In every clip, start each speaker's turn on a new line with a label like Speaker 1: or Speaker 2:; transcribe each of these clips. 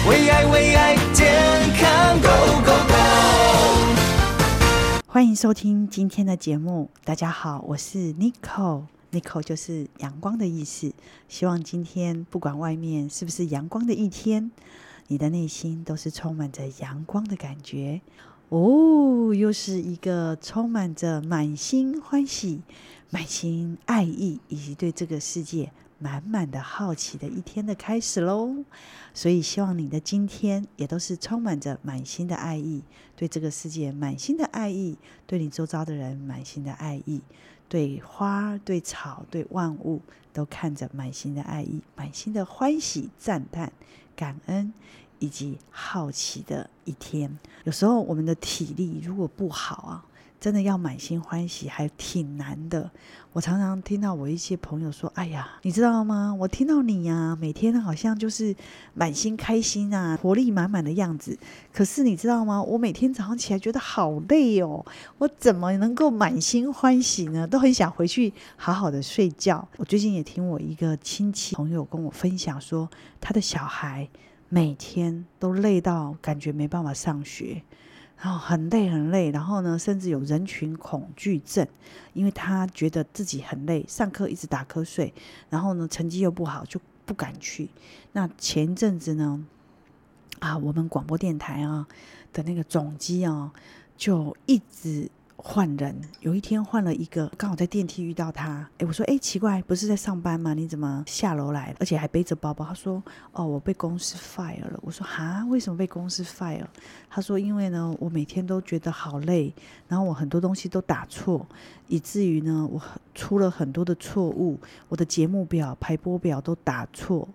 Speaker 1: 为爱为爱健康 Go Go Go！
Speaker 2: 欢迎收听今天的节目。大家好，我是 Nico，Nico 就是阳光的意思。希望今天不管外面是不是阳光的一天，你的内心都是充满着阳光的感觉。哦，又是一个充满着满心欢喜、满心爱意以及对这个世界满满的好奇的一天的开始喽。所以，希望你的今天也都是充满着满心的爱意，对这个世界满心的爱意，对你周遭的人满心的爱意，对花、对草、对万物都看着满心的爱意，满心的欢喜、赞叹、感恩。以及好奇的一天，有时候我们的体力如果不好啊，真的要满心欢喜还挺难的。我常常听到我一些朋友说：“哎呀，你知道吗？我听到你呀、每天好像就是满心开心啊，活力满满的样子。可是你知道吗？我每天早上起来觉得好累哦，我怎么能够满心欢喜呢？都很想回去好好的睡觉。我最近也听我一个亲戚朋友跟我分享说，他的小孩每天都累到感觉没办法上学。然后很累很累，然后呢，甚至有人群恐惧症，因为他觉得自己很累，上课一直打瞌睡，然后呢，成绩又不好，就不敢去。那前一阵子呢，啊，我们广播电台啊的那个总机啊，就一直换人。有一天换了一个，刚好在电梯遇到他，诶，我说，诶，奇怪，不是在上班吗？你怎么下楼来了？而且还背着包包。他说，哦，我被公司 fire 了。我说，哈，为什么被公司 fire？他说，因为呢，我每天都觉得好累，然后我很多东西都打错，以至于呢，我很出了很多的错误，我的节目表、排播表都打错。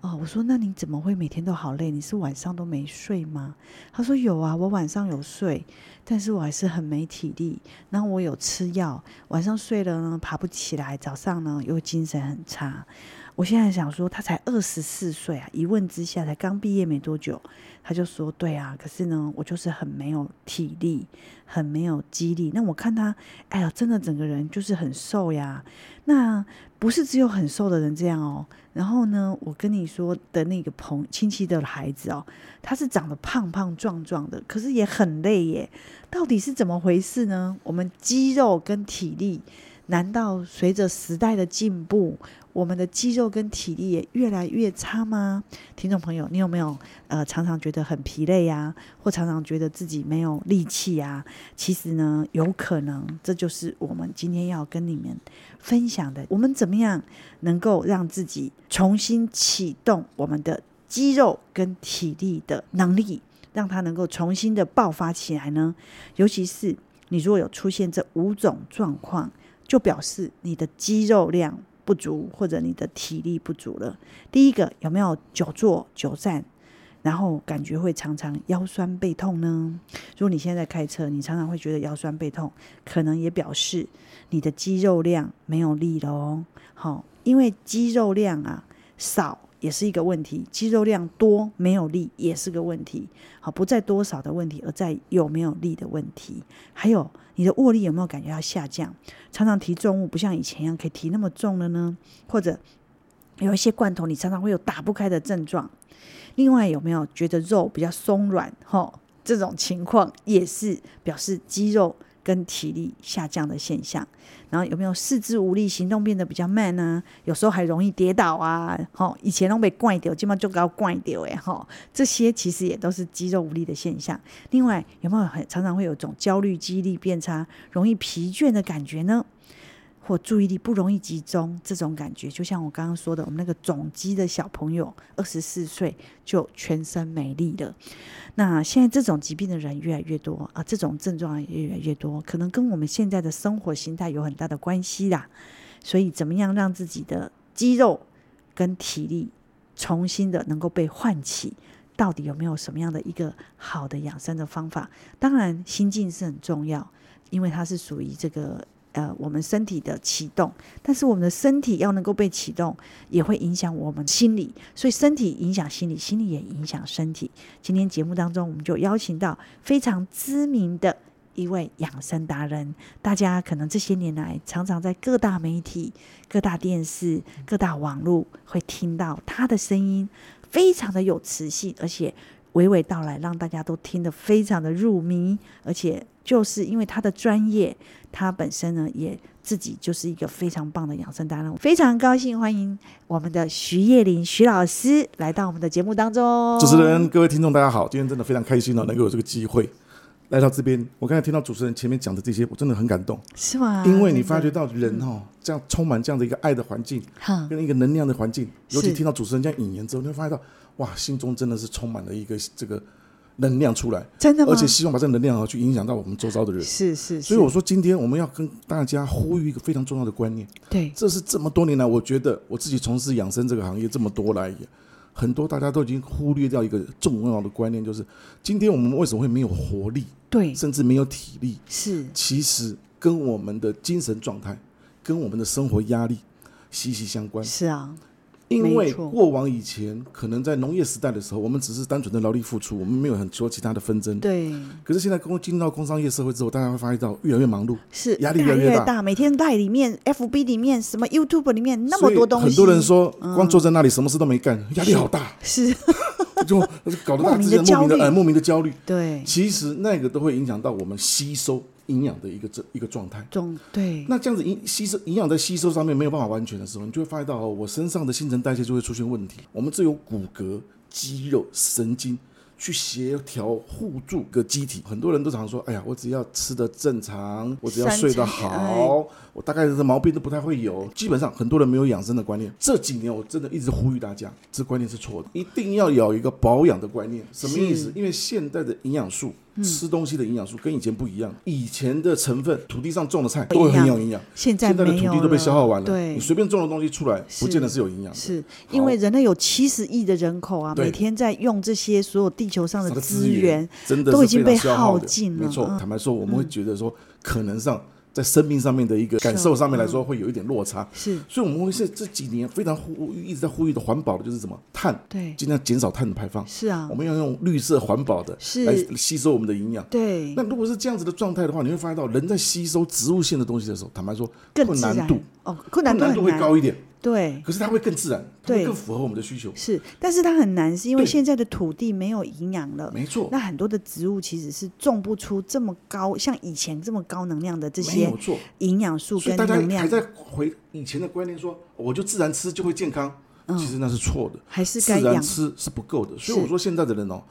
Speaker 2: 哦，我说那你怎么会每天都好累？你是晚上都没睡吗？他说有啊，我晚上有睡，但是我还是很没体力。然后我有吃药，晚上睡了呢爬不起来，早上呢又精神很差。我现在想说，他才二十四岁啊，一问之下才刚毕业没多久，他就说对啊，可是呢我就是很没有体力，很没有激励。那我看他，哎呀，真的整个人就是很瘦呀。那不是只有很瘦的人这样哦。然后呢，我跟你说的那个朋亲戚的孩子哦，他是长得胖胖壮壮的，可是也很累耶。到底是怎么回事呢？我们肌肉跟体力，难道随着时代的进步，我们的肌肉跟体力也越来越差吗？听众朋友，你有没有呃常常觉得很疲累呀、或常常觉得自己没有力气呀、其实呢，有可能这就是我们今天要跟你们分享的，我们怎么样能够让自己重新启动我们的肌肉跟体力的能力，让它能够重新的爆发起来呢？尤其是你如果有出现这五种状况，就表示你的肌肉量不足或者你的体力不足了。第一个有没有久坐久站？然后感觉会常常腰酸背痛呢。如果你现在在开车，你常常会觉得腰酸背痛，可能也表示你的肌肉量没有力了哦。好、因为肌肉量啊少也是一个问题，肌肉量多没有力也是个问题。好，不在多少的问题，而在有没有力的问题。还有你的握力有没有感觉到下降？常常提重物不像以前一样可以提那么重了呢？或者有一些罐头，你常常会有打不开的症状。另外，有没有觉得肉比较松软？吼，这种情况也是表示肌肉跟体力下降的现象。然后有没有四肢无力，行动变得比较慢呢、有时候还容易跌倒啊，吼，以前都被惯掉，基本上就搞惯掉哎，吼，这些其实也都是肌肉无力的现象。另外，有没有很常常会有种焦虑、记忆力变差、容易疲倦的感觉呢？或注意力不容易集中这种感觉，就像我刚刚说的，我们那个总机的小朋友，二十四岁就全身没力了。那现在这种疾病的人越来越多啊，这种症状也越来越多，可能跟我们现在的生活形态有很大的关系啦。所以，怎么样让自己的肌肉跟体力重新的能够被唤起？到底有没有什么样的一个好的养生的方法？当然，心境是很重要，因为它是属于这个呃我们身体的启动，但是我们的身体要能够被启动，也会影响我们心理，所以身体影响心理，心理也影响身体。今天节目当中，我们就邀请到非常知名的一位养生达人，大家可能这些年来常常在各大媒体、各大电视、各大网络会听到他的声音，非常的有磁性，而且娓娓道来，让大家都听得非常的入迷。而且就是因为他的专业，他本身呢也自己就是一个非常棒的养生达人。非常高兴欢迎我们的徐叶林徐老师来到我们的节目当中。
Speaker 3: 主持
Speaker 2: 哦
Speaker 3: 人、各位听众，大家好！今天真的非常开心哦，能够有这个机会来到这边。我刚才听到主持人前面讲的这些，我真的很感动，
Speaker 2: 是吗？
Speaker 3: 因为你
Speaker 2: 真的
Speaker 3: 发觉到人
Speaker 2: 嗯
Speaker 3: 哦，这样充满这样的一个爱的环境，
Speaker 2: 哈
Speaker 3: 跟一个能量的环境，
Speaker 2: 是
Speaker 3: 尤其听到主持人这样引言之后，你会发现到哇，心中真的是充满了一个这个能量出来，
Speaker 2: 真的吗？
Speaker 3: 而且希望把这个能量哦去影响到我们周遭的人。
Speaker 2: 是是，
Speaker 3: 所以我说，今天我们要跟大家呼吁一个非常重要的观念。
Speaker 2: 对
Speaker 3: 这是这么多年来，我觉得我自己从事养生这个行业这么多来，很多大家都已经忽略掉一个重要的观念，就是今天我们为什么会没有活力，
Speaker 2: 对
Speaker 3: 甚至没有体力，
Speaker 2: 是
Speaker 3: 其实跟我们的精神状态、跟我们的生活压力息息相关。
Speaker 2: 是啊，
Speaker 3: 因为
Speaker 2: 没错
Speaker 3: 过往以前，可能在农业时代的时候，我们只是单纯的劳力付出，我们没有很多其他的纷争。
Speaker 2: 对
Speaker 3: 可是现在工进入到工商业社会之后，大家会发现到越来越忙碌，
Speaker 2: 是
Speaker 3: 压力越来越
Speaker 2: 越
Speaker 3: 大
Speaker 2: 大，每天在里面 FB 里面什么 YouTube 里面那么
Speaker 3: 所以
Speaker 2: 多东西，
Speaker 3: 很多人说光坐在那里什么事都没干，压力好大。
Speaker 2: 是
Speaker 3: 就搞得大家自己莫名的嗯呃莫名的焦虑。
Speaker 2: 对
Speaker 3: 其实那个都会影响到我们吸收营养的一个这一个状态。
Speaker 2: 总对
Speaker 3: 那这样子营吸收营养在吸收上面没有办法完全的时候，你就会发现到哦，我身上的新陈代谢就会出现问题。我们只有骨骼、肌肉、神经去协调互助个机体。很多人都常说，哎呀，我只要吃的正常，我只要睡得
Speaker 2: 三餐哎
Speaker 3: 好，我大概的毛病都不太会有。基本上很多人没有养生的观念。这几年我真的一直呼吁大家，这观念是错的，一定要有一个保养的观念。什么意
Speaker 2: 是
Speaker 3: 思？嗯因为现在的营养素，吃东西的营养素跟以前不一样。以前的成分，土地上种的菜都会很有营养。
Speaker 2: 现在
Speaker 3: 现在的
Speaker 2: 没
Speaker 3: 土
Speaker 2: 有
Speaker 3: 地都被消耗完了，
Speaker 2: 对
Speaker 3: 你随便种的东西出来，
Speaker 2: 是
Speaker 3: 不见得是有营养的。
Speaker 2: 是因为人类有七十亿的人口啊，
Speaker 3: 对
Speaker 2: 每天在用这些所有地球上
Speaker 3: 它的
Speaker 2: 资
Speaker 3: 资源真的
Speaker 2: 都
Speaker 3: 是
Speaker 2: 已经被
Speaker 3: 非常消
Speaker 2: 耗
Speaker 3: 耗的
Speaker 2: 尽了，
Speaker 3: 没错，
Speaker 2: 嗯
Speaker 3: 坦白说，我们会觉得说，可能上在生命上面的一个感受上面来
Speaker 2: 嗯
Speaker 3: 说，会有一点落差。
Speaker 2: 是
Speaker 3: 所以我们会是这几年非常呼吁，一直在呼吁的环保的就是什么碳，
Speaker 2: 对
Speaker 3: 尽量减少碳的排放。
Speaker 2: 是啊
Speaker 3: 我，们要用绿色环保的
Speaker 2: 是
Speaker 3: 来吸收我们的营养。
Speaker 2: 对
Speaker 3: 那如果是这样子的状态的话，你会发现到人在吸收植物性的东西的时候，坦白说，
Speaker 2: 更
Speaker 3: 困
Speaker 2: 自
Speaker 3: 难
Speaker 2: 然
Speaker 3: 度
Speaker 2: 哦，困难
Speaker 3: 困
Speaker 2: 度
Speaker 3: 难
Speaker 2: 很
Speaker 3: 度会
Speaker 2: 难
Speaker 3: 高一点，
Speaker 2: 对。
Speaker 3: 可是它会更自然，它会
Speaker 2: 对
Speaker 3: 更符合我们的需求。
Speaker 2: 是，但是它很难，是因为
Speaker 3: 对
Speaker 2: 现在的土地没有营养了，
Speaker 3: 没错
Speaker 2: 那很多的植物其实是种不出这么高，像以前这么高能量的这
Speaker 3: 没
Speaker 2: 些
Speaker 3: 有错，
Speaker 2: 营养素
Speaker 3: 所
Speaker 2: 跟
Speaker 3: 以大家
Speaker 2: 能量，
Speaker 3: 还在回以前的观念说，我就自然吃就会健康，其实那是错的，
Speaker 2: 嗯还是该
Speaker 3: 自然
Speaker 2: 养
Speaker 3: 吃是不够的。所以
Speaker 2: 是
Speaker 3: 我说现在的人哦，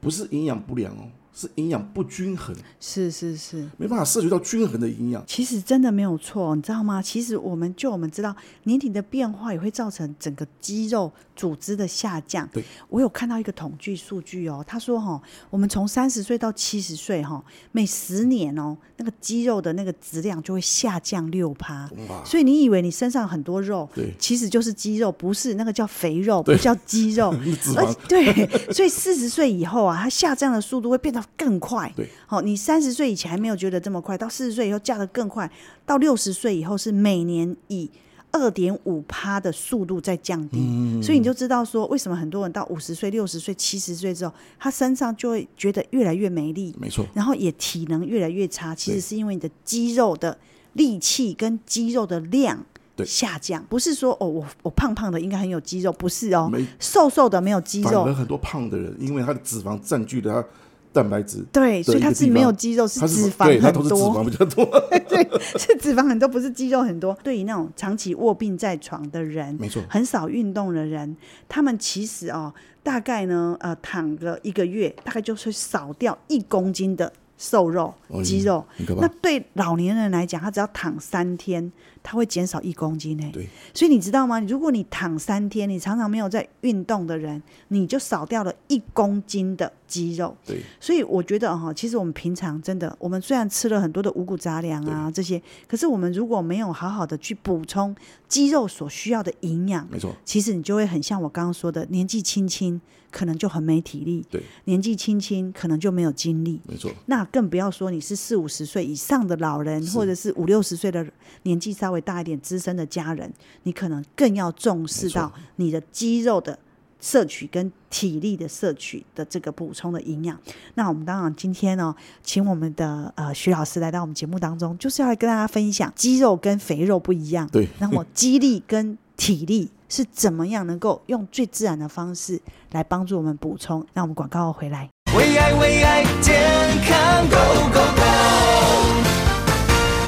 Speaker 3: 不是营养不良哦，是营养不均衡，
Speaker 2: 是是是。
Speaker 3: 没办法摄取到均衡的营养。
Speaker 2: 其实真的没有错，你知道吗？其实我们就我们知道，年龄的变化也会造成整个肌肉组织的下降。
Speaker 3: 对，
Speaker 2: 我有看到一个统计数据哦，他说哈、我们从三十岁到七十岁哈、每十年哦，那个肌肉的那个质量就会下降六趴。
Speaker 3: 哇，
Speaker 2: 所以你以为你身上很多肉
Speaker 3: 对，
Speaker 2: 其实就是肌肉，不是那个叫肥肉，不叫肌 肉
Speaker 3: 是脂。肪
Speaker 2: 而对，所以四十岁以后啊，它下降的速度会变得更快。
Speaker 3: 对，
Speaker 2: 哦，你三十岁以前还没有觉得这么快，到四十岁以后降得更快，到六十岁以后是每年以。二点五趴的速度在降低，
Speaker 3: 嗯
Speaker 2: 所以你就知道说为什么很多人到五十岁、六十岁、七十岁之后，他身上就会觉得越来越没力，
Speaker 3: 没错，
Speaker 2: 然后也体能越来越差，其实
Speaker 3: 对
Speaker 2: 是因为你的肌肉的力气跟肌肉的量
Speaker 3: 对
Speaker 2: 下降，不是说哦我我胖胖的应该很有肌肉，不是哦
Speaker 3: 没，
Speaker 2: 瘦瘦的没有肌
Speaker 3: 反而
Speaker 2: 肉，
Speaker 3: 很多胖的人，因为他的脂肪占据了他蛋白质的一个地方，
Speaker 2: 对，所以他是没有肌肉，
Speaker 3: 他是
Speaker 2: 脂肪
Speaker 3: 对，他
Speaker 2: 很
Speaker 3: 都是脂
Speaker 2: 多，
Speaker 3: 肪比较多，
Speaker 2: 对， 是脂肪很多，不是肌肉很多。对于那种长期卧病在床的人，
Speaker 3: 没错
Speaker 2: 很少运动的人，他们其实哦，大概呢，呃，躺个一个月，大概就是少掉一公斤的瘦肉、
Speaker 3: 哦
Speaker 2: 肌肉。
Speaker 3: 很可怕
Speaker 2: 那对老年人来讲，他只要躺三天，他会减少一公斤呢。
Speaker 3: 对，
Speaker 2: 所以你知道吗？如果你躺三天，你常常没有在运动的人，你就少掉了一公斤的肌肉。
Speaker 3: 对，
Speaker 2: 所以我觉得哈，其实我们平常真的，我们虽然吃了很多的五谷杂粮啊这些，可是我们如果没有好好的去补充肌肉所需要的营养，
Speaker 3: 没错，
Speaker 2: 其实你就会很像我刚刚说的，年纪轻轻可能就很没体力，
Speaker 3: 对，
Speaker 2: 年纪轻轻可能就没有精力。
Speaker 3: 没错，
Speaker 2: 那更不要说你是四五十岁以上的老人，或者是五六十岁的年纪稍微大一点资深的家人，你可能更要重视
Speaker 3: 没错
Speaker 2: 到你的肌肉的摄取跟体力的摄取的这个补充的营养。那我们当然今天呢、请我们的呃徐老师来 到我们节目当中，就是要来跟大家分享肌肉跟肥肉不一样，
Speaker 3: 对
Speaker 2: 然后肌力跟体力是怎么样能够用最自然的方式来帮助我们补充。让我们广告回来。
Speaker 1: 为爱为爱健康 Go Go Go！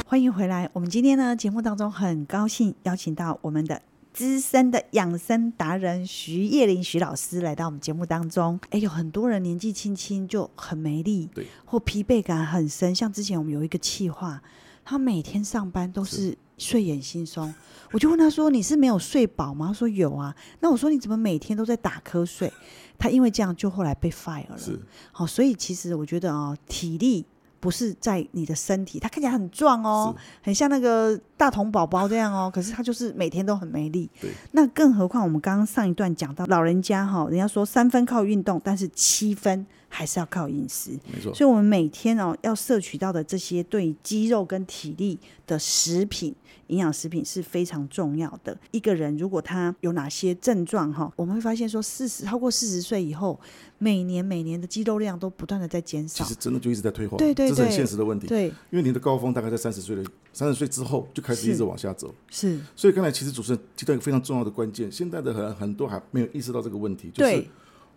Speaker 2: 欢迎回来。我们今天呢，节目当中很高兴邀请到我们的资深的养生达人徐叶玲徐老师来到我们节目当中。哎，有很多人年纪轻轻就很没力，
Speaker 3: 对，
Speaker 2: 或疲惫感很深。像之前我们有一个气话，他每天上班都是睡眼惺忪。我就问他说：“你是没有睡饱吗？”他说：“有啊。”那我说：“你怎么每天都在打瞌睡？”他因为这样就后来被 fire 了。
Speaker 3: 是
Speaker 2: 好，所以其实我觉得啊、体力不是在你的身体，他看起来很壮哦，很像那个大童宝宝这样哦，可是他就是每天都很没力
Speaker 3: 对。
Speaker 2: 那更何况我们刚刚上一段讲到老人家哈、人家说三分靠运动，但是七分还是要靠饮食。
Speaker 3: 没错，
Speaker 2: 所以，我们每天哦要摄取到的这些对肌肉跟体力的食品、营养食品是非常重要的。一个人如果他有哪些症状哈、我们会发现说，四十超过四十岁以后，每年每年的肌肉量都不断的在减
Speaker 3: 其
Speaker 2: 少
Speaker 3: 实。真的就一直在退化，
Speaker 2: 对对
Speaker 3: 这是很
Speaker 2: 对
Speaker 3: 现实的问题。
Speaker 2: 对，
Speaker 3: 因为你的高峰大概在三十岁的三十岁之后就开始一
Speaker 2: 是
Speaker 3: 直往下走，
Speaker 2: 是，
Speaker 3: 所以刚才其实主持人提到一个非常重要的关键，现在的很很多还没有意识到这个问题，就是
Speaker 2: 对，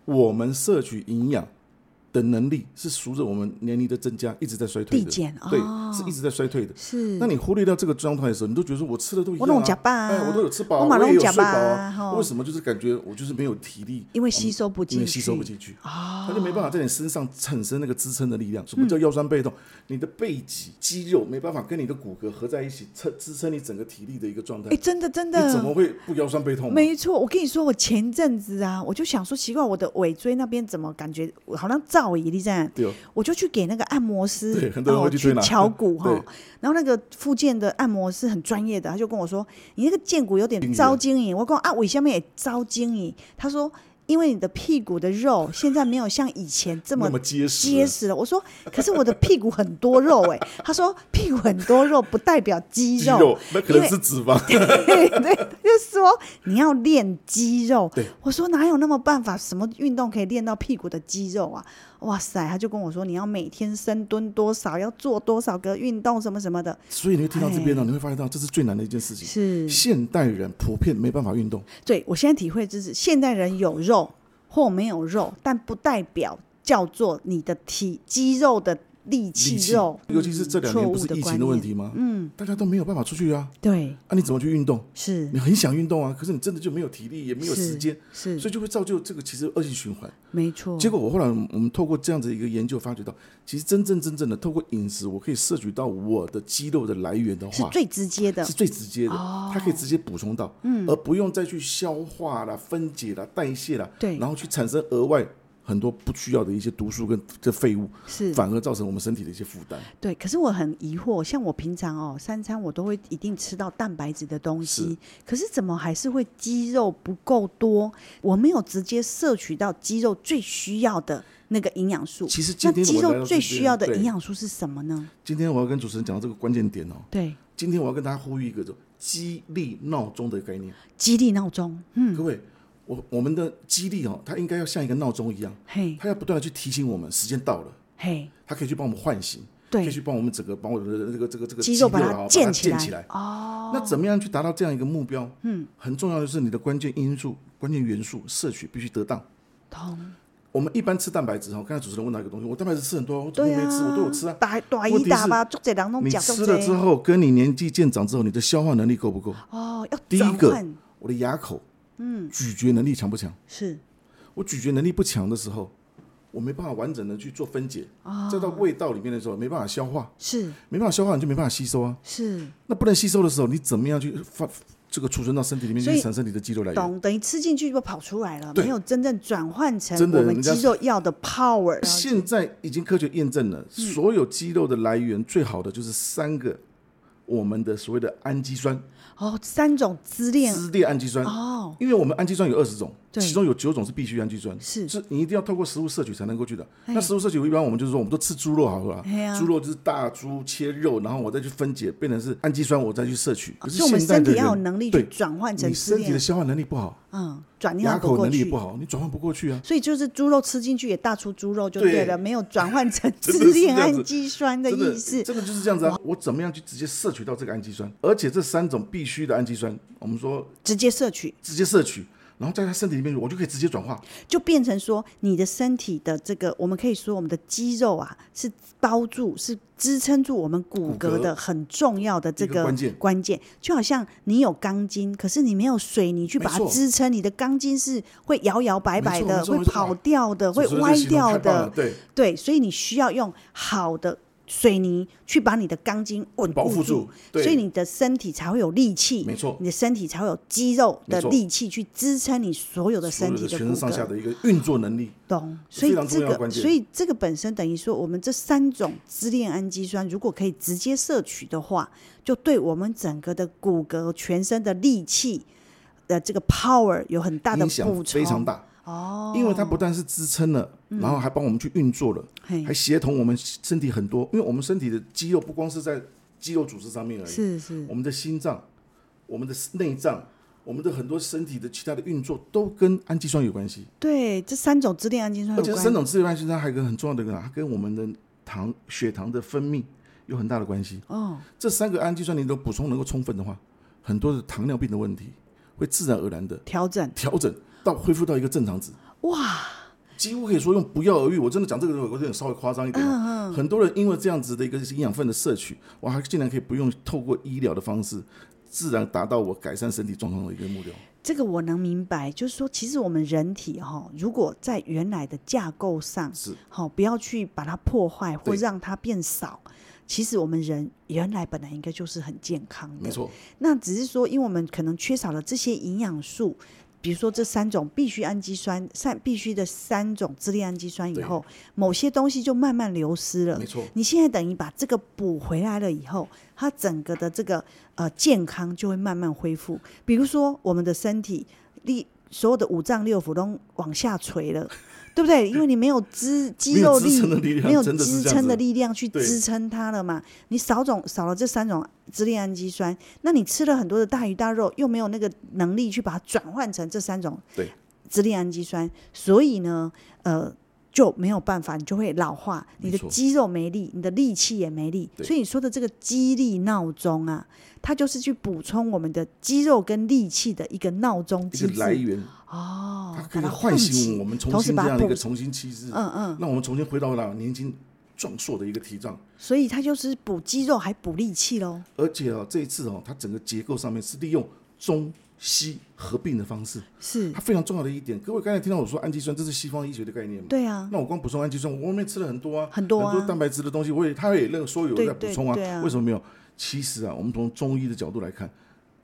Speaker 3: 我们摄取营养的能力是随着我们年龄的增加一直在衰退
Speaker 2: 递
Speaker 3: 的，
Speaker 2: 减
Speaker 3: 对
Speaker 2: 哦，
Speaker 3: 是一直在衰退的。
Speaker 2: 是。
Speaker 3: 那你忽略掉这个状态的时候，你都觉得说我吃的都一
Speaker 2: 嗯
Speaker 3: 样、啊，
Speaker 2: 我都有吃饱啊
Speaker 3: 哎，我都有吃饱、啊，
Speaker 2: 我嘛
Speaker 3: 也
Speaker 2: 都有
Speaker 3: 有
Speaker 2: 吃
Speaker 3: 睡
Speaker 2: 饱
Speaker 3: 饱
Speaker 2: 啊
Speaker 3: 啊，
Speaker 2: 吼
Speaker 3: 为什么就是感觉我就是没有体力，
Speaker 2: 因为吸收不
Speaker 3: 因
Speaker 2: 进
Speaker 3: 为
Speaker 2: 去，哦
Speaker 3: 吸收不进去它就没办法在你身上产生那个支撑的力量。什么叫腰酸背痛？你的背脊肌肉没办法跟你的骨骼合在一起，撑支撑你整个体力的一个状态。
Speaker 2: 哎，真的真
Speaker 3: 你怎么
Speaker 2: 的，
Speaker 3: 会不腰酸背痛嘛？啊
Speaker 2: 没错。我跟你说，我前阵子啊，我就想说，奇怪，我的尾椎那边怎么感觉好像噪音？你在哪？
Speaker 3: 对哦，
Speaker 2: 我就去给那个按摩师，
Speaker 3: 对很多人
Speaker 2: 哦
Speaker 3: 会去推拿
Speaker 2: 敲骨哈
Speaker 3: 对。
Speaker 2: 然后那个附件的按摩师很专业的，他就跟我说：“你那个胫骨有点遭经营。”我讲啊，尾下面也遭经营。他说：“因为你的屁股的肉现在没有像以前这么
Speaker 3: 那么结实
Speaker 2: 结实了。”我说：“可是我的屁股很多肉哎、他说：“屁股很多肉不代表肌
Speaker 3: 肌
Speaker 2: 肉，
Speaker 3: 肉那可
Speaker 2: 因
Speaker 3: 能
Speaker 2: 为
Speaker 3: 是脂肪，
Speaker 2: 对对，他就说你要练肌肉
Speaker 3: 对。
Speaker 2: 我说哪有那么办法？什么运动可以练到屁股的肌肉啊？哇塞，他就跟我说你要每天深蹲多少，要做多少个运动，什么什么的。
Speaker 3: 所以你会听到这边呢，你会发现到这是最难的一件事
Speaker 2: 哎
Speaker 3: 情。
Speaker 2: 是
Speaker 3: 现代人普遍没办法运动，
Speaker 2: 对我现在体会就是，现代人有肉或没有肉，但不代表叫做你的体肌肉的力
Speaker 3: 力
Speaker 2: 气
Speaker 3: 气
Speaker 2: 肉，
Speaker 3: 尤其是这两年
Speaker 2: 错误
Speaker 3: 不是
Speaker 2: 的
Speaker 3: 疫
Speaker 2: 观
Speaker 3: 情的问
Speaker 2: 念
Speaker 3: 题吗？嗯，大家都没有办法出去啊，
Speaker 2: 对，
Speaker 3: 啊，你怎么去运动？
Speaker 2: 是
Speaker 3: 你很想运动啊，可是你真的就没有体力，也没有
Speaker 2: 是
Speaker 3: 时间，
Speaker 2: 是
Speaker 3: 所以就会造就这个其实恶性循环。
Speaker 2: 没错，
Speaker 3: 结果我后来我们透过这样子一个研究发觉到，其实真正真正的透过饮食，我可以摄取到我的肌肉的来源的
Speaker 2: 是
Speaker 3: 话，
Speaker 2: 最直接的哦嗯
Speaker 3: 是，最直接的，它可以直接补充到，而不用再去消化啦、分解啦、代谢啦，
Speaker 2: 对
Speaker 3: 然后去产生额外很多不需要的一些毒素跟这废物，
Speaker 2: 是
Speaker 3: 反而造成我们身体的一些负担。
Speaker 2: 对，可是我很疑惑，像我平常哦，三餐我都会一定吃到蛋白质的东西，可是怎么还是会肌肉不够多？我没有直接摄取到肌肉最需要的那个营养素。
Speaker 3: 其实
Speaker 2: 那
Speaker 3: 今天
Speaker 2: 肌
Speaker 3: 我来
Speaker 2: 肉
Speaker 3: 到
Speaker 2: 最
Speaker 3: 这
Speaker 2: 需
Speaker 3: 边
Speaker 2: 要的
Speaker 3: 对
Speaker 2: 营养素是什么呢？
Speaker 3: 今天我要跟主持人讲到这个关键点哦，
Speaker 2: 对，
Speaker 3: 今天我要跟大家呼吁一个就激励闹钟的概念。
Speaker 2: 激励闹钟，嗯，
Speaker 3: 各位，我我们的激励哦，它应该要像一个闹钟一样，
Speaker 2: 嘿，
Speaker 3: 它要不断的去提醒我们时间到了，
Speaker 2: 嘿，
Speaker 3: 它可以去帮我们唤醒，可
Speaker 2: 对
Speaker 3: 以去帮我们整个把我的这个这个这个
Speaker 2: 肌肉把它
Speaker 3: 啊把
Speaker 2: 建
Speaker 3: 它
Speaker 2: 起
Speaker 3: 建
Speaker 2: 来
Speaker 3: 起来。哦，那怎么样去达到这样一个目标？嗯，很重要的是你的关键因素、关键元素摄取必须得当。
Speaker 2: 通，
Speaker 3: 我们一般吃蛋白质哈，哦刚才主持人问到一个东西，我蛋白质吃很多，我怎么
Speaker 2: 对
Speaker 3: 没
Speaker 2: 啊，
Speaker 3: 吃？我都有吃啊。
Speaker 2: 大大
Speaker 3: 问
Speaker 2: 一
Speaker 3: 题
Speaker 2: 大
Speaker 3: 是
Speaker 2: 把，做这两种
Speaker 3: 你
Speaker 2: 讲
Speaker 3: 吃了之，后，跟你年纪渐长之后，你的消化能力够不够？
Speaker 2: 哦，要
Speaker 3: 第
Speaker 2: 转
Speaker 3: 一个
Speaker 2: 换，
Speaker 3: 我的牙口，嗯，咀嚼能力强不强？
Speaker 2: 是
Speaker 3: 我咀嚼能力不强的时候，我没办法完整的去做分解，
Speaker 2: 哦
Speaker 3: 再到味道里面的时候没办法消化，
Speaker 2: 是
Speaker 3: 没办法消化你就没办法吸收啊。
Speaker 2: 是，
Speaker 3: 那不能吸收的时候，你怎么样去发这个储存到身体里面
Speaker 2: 所以
Speaker 3: 去产生你的肌肉来源？
Speaker 2: 懂，等于吃进去就跑出来了，
Speaker 3: 对
Speaker 2: 没有真正转换成
Speaker 3: 真的
Speaker 2: 我们
Speaker 3: 人家
Speaker 2: 肌肉要的 power。
Speaker 3: 现在已经科学验证
Speaker 2: 嗯
Speaker 3: 了，所有肌肉的来源最好的就是三个，我们的所谓的氨基酸，
Speaker 2: 哦，三种自恋
Speaker 3: 支链氨基酸。
Speaker 2: 哦，
Speaker 3: 因为我们氨基酸有二十种，
Speaker 2: 对
Speaker 3: 其中有九种是必需氨基酸，
Speaker 2: 是
Speaker 3: 是你一定要透过食物摄取才能够去的。
Speaker 2: 哎
Speaker 3: 那食物摄取一般我们就是说，我们都吃猪肉好了
Speaker 2: 哎呀
Speaker 3: 吧，猪肉就是大猪切肉，然后我再去分解变成是氨基酸，我再去摄取。可是
Speaker 2: 就啊我们
Speaker 3: 现在
Speaker 2: 身
Speaker 3: 的
Speaker 2: 体要有
Speaker 3: 人
Speaker 2: 能力去
Speaker 3: 对
Speaker 2: 转换成
Speaker 3: 你
Speaker 2: 资
Speaker 3: 身体的
Speaker 2: 源，
Speaker 3: 消化能力不好，
Speaker 2: 嗯，转
Speaker 3: 牙
Speaker 2: 换不
Speaker 3: 口
Speaker 2: 过
Speaker 3: 能力
Speaker 2: 去
Speaker 3: 不。好，你转换不过去啊。
Speaker 2: 所以就是猪肉吃进去也大出猪肉就
Speaker 3: 对
Speaker 2: 对了，没有转换成
Speaker 3: 真的
Speaker 2: 支
Speaker 3: 是
Speaker 2: 链
Speaker 3: 这样
Speaker 2: 氨
Speaker 3: 子
Speaker 2: 基酸的
Speaker 3: 真的
Speaker 2: 意思。
Speaker 3: 真的就是这样子啊！我怎么样去直接摄取到这个氨基酸？而且这三种必须的氨基酸，我们说
Speaker 2: 直接摄取，
Speaker 3: 直接摄取，然后在他身体里面，我就可以直接转化。
Speaker 2: 就变成说你的身体的这个，我们可以说我们的肌肉啊是包住、是支撑住我们骨
Speaker 3: 骨
Speaker 2: 骼
Speaker 3: 骼
Speaker 2: 的很重要的这
Speaker 3: 一个关键
Speaker 2: 关键，就好像你有钢筋，可是你没有水泥去把它
Speaker 3: 没错
Speaker 2: 支撑，你的钢筋是会摇摇摆摆
Speaker 3: 没错
Speaker 2: 的，
Speaker 3: 没错
Speaker 2: 会
Speaker 3: 没错
Speaker 2: 跑掉的，会
Speaker 3: 所以这个
Speaker 2: 歪
Speaker 3: 形容
Speaker 2: 掉
Speaker 3: 太棒了
Speaker 2: 的，
Speaker 3: 对，
Speaker 2: 对，所以你需要用好的水泥去把你的钢筋稳
Speaker 3: 保
Speaker 2: 固
Speaker 3: 护住对
Speaker 2: 所以你的身体才会有力气，
Speaker 3: 没错
Speaker 2: 你的身体才会有肌肉的
Speaker 3: 没错
Speaker 2: 力气去支撑你所有的
Speaker 3: 所
Speaker 2: 身体
Speaker 3: 有的全
Speaker 2: 骨
Speaker 3: 身上下
Speaker 2: 骼。
Speaker 3: 的一个运作能力。
Speaker 2: 懂，
Speaker 3: 是
Speaker 2: 所以
Speaker 3: 非常重
Speaker 2: 这
Speaker 3: 要的
Speaker 2: 个，
Speaker 3: 关键
Speaker 2: 所以这个本身等于说，我们这三种支链氨基酸如果可以直接摄取的话，就对我们整个的骨骼、全身的力气的这个 power 有很大的
Speaker 3: 影响
Speaker 2: 补充，
Speaker 3: 非常大哦，因为它不但是支撑了，然后还帮我们去运作了
Speaker 2: 嗯嘿，
Speaker 3: 还协同我们身体很多，因为我们身体的肌肉不光是在肌肉组织上面而已，
Speaker 2: 是是
Speaker 3: 我们的心脏、我们的内脏、我们的很多身体的其他的运作都跟氨基酸有关系，
Speaker 2: 对，这三种支链氨基酸有
Speaker 3: 而且
Speaker 2: 关，
Speaker 3: 三种自由氨基酸还有一个很重要的一个，它跟我们的糖血糖的分泌有很大的关系。
Speaker 2: 哦，
Speaker 3: 这三个氨基酸你都补充能够充分的话，很多的糖尿病的问题会自然而然的
Speaker 2: 调整
Speaker 3: 调整到恢复到一个正常值。
Speaker 2: 哇，
Speaker 3: 几乎可以说用不药而愈。我真的讲这个有有点稍微夸张一点
Speaker 2: 嗯
Speaker 3: 啊、很多人因为这样子的一个营养分的摄取，我还竟然可以不用透过医疗的方式，自然达到我改善身体状况的一个目标。
Speaker 2: 这个我能明白，就是说，其实我们人体哈、如果在原来的架构上，
Speaker 3: 是
Speaker 2: 好、不要去把它破坏或
Speaker 3: 对
Speaker 2: 让它变少。其实我们人原来本来应该就是很健康的，
Speaker 3: 没。错，
Speaker 2: 那只是说，因为我们可能缺少了这些营养素，比如说这三种必需氨基酸、三必须的三种支链氨基酸以
Speaker 3: 对
Speaker 2: 后，某些东西就慢慢流失了
Speaker 3: 没。错，
Speaker 2: 你现在等于把这个补回来了以后，它整个的这个呃健康就会慢慢恢复。比如说我们的身体力，所有的五脏六腑都往下垂了， 对不对？因为你没有支肌
Speaker 3: 没有
Speaker 2: 肉
Speaker 3: 支撑的力量
Speaker 2: 没有
Speaker 3: 真的是
Speaker 2: 支
Speaker 3: 这样
Speaker 2: 撑的
Speaker 3: 子
Speaker 2: 力量去
Speaker 3: 对
Speaker 2: 支撑它了嘛。你少种少了这三种支链氨基酸，那你吃了很多的大鱼大肉，又没有那个能力去把它转换成这三种
Speaker 3: 对
Speaker 2: 支链氨基酸，所以呢，呃。就没有办法，你就会老化，你的
Speaker 3: 没错
Speaker 2: 肌肉没力，你的力气也没力，
Speaker 3: 对
Speaker 2: 所以你说的这个肌力闹钟啊，它就是去补充我们的肌肉跟力气的一个闹钟
Speaker 3: 一
Speaker 2: 机
Speaker 3: 个来
Speaker 2: 制
Speaker 3: 源，
Speaker 2: 哦
Speaker 3: 它，可
Speaker 2: 把它
Speaker 3: 以唤
Speaker 2: 起
Speaker 3: 醒我们重
Speaker 2: 同时
Speaker 3: 新
Speaker 2: 把
Speaker 3: 这
Speaker 2: 它
Speaker 3: 样的一
Speaker 2: 补
Speaker 3: 个重新气质，
Speaker 2: 嗯嗯，
Speaker 3: 让我们重新回到了年轻壮硕的一个体状。
Speaker 2: 所以它就是补肌肉还补力气喽。
Speaker 3: 而且哦，这一次哦，它整个结构上面是利用中西合并的方式，
Speaker 2: 是
Speaker 3: 它，非常重要的一点。各位刚才听到我说氨基酸，这是西方医学的概念嘛？
Speaker 2: 对啊，
Speaker 3: 那我光补充氨基酸，我外面吃了很多啊，
Speaker 2: 很多啊
Speaker 3: 蛋白质的东西，我也他也认说有
Speaker 2: 对
Speaker 3: 在补充啊，
Speaker 2: 对对啊
Speaker 3: 为什么没有？其实啊，我们从中医的角度来看，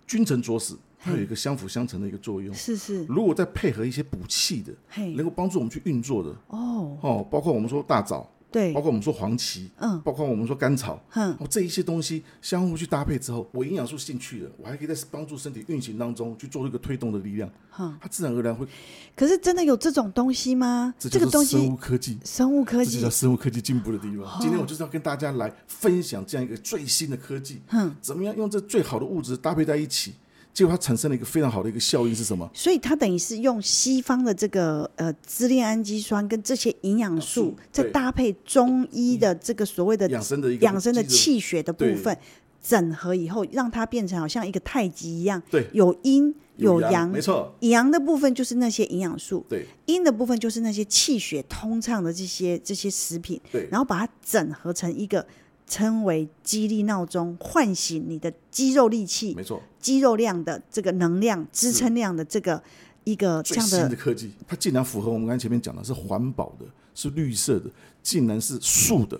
Speaker 3: 君臣佐使，它有一个相辅相成的一个作用。
Speaker 2: 是是，
Speaker 3: 如果再配合一些补气的，
Speaker 2: 嘿
Speaker 3: 能，够帮助我们去运作的
Speaker 2: 哦，
Speaker 3: 哦，包括我们说大枣，
Speaker 2: 对
Speaker 3: 包，括我们说黄芪，
Speaker 2: 嗯
Speaker 3: 包括我们说甘草，
Speaker 2: 哼，
Speaker 3: 哦，这一些东西相互去搭配之后，我营养素进去了，我还可以在帮助身体运行当中去做一个推动的力量，
Speaker 2: 哼。
Speaker 3: 它自然而然会。
Speaker 2: 可是真的有这种东西吗？
Speaker 3: 这
Speaker 2: 这
Speaker 3: 叫
Speaker 2: 个
Speaker 3: 做
Speaker 2: 东
Speaker 3: 生物
Speaker 2: 西，哦
Speaker 3: 科技。
Speaker 2: 生物科
Speaker 3: 这就叫
Speaker 2: 技，
Speaker 3: 生物科技进步的地方。今天我就是要跟大家来分享这样一个最新的科技，
Speaker 2: 哼，
Speaker 3: 怎么样用这最好的物质搭配在一起，结果它产生了一个非常好的一个效应是什么？
Speaker 2: 所以它等于是用西方的这个呃支链氨基酸跟这些营养素
Speaker 3: 素，
Speaker 2: 再
Speaker 3: 对嗯
Speaker 2: 搭配中医的这个所谓的
Speaker 3: 养生的一个
Speaker 2: 养生的
Speaker 3: 机制
Speaker 2: 气血的部
Speaker 3: 对
Speaker 2: 分整合以后，让它变成好像一个太极一样，
Speaker 3: 对
Speaker 2: 有阴有
Speaker 3: 阳，
Speaker 2: 阳
Speaker 3: 没，错，
Speaker 2: 阳的部分就是那些营养素，
Speaker 3: 对
Speaker 2: 阴的部分就是那些气血通畅的这些这些食品，
Speaker 3: 对
Speaker 2: 然后把它整合成一个称为肌力闹钟，唤醒你的肌肉力气
Speaker 3: 没、错，
Speaker 2: 肌肉量的这个能量、支撑量的这个一个这
Speaker 3: 最
Speaker 2: 样
Speaker 3: 新的
Speaker 2: 的
Speaker 3: 科技，它竟然符合我们刚才前面讲的是环保的，是绿色的，竟然是素的，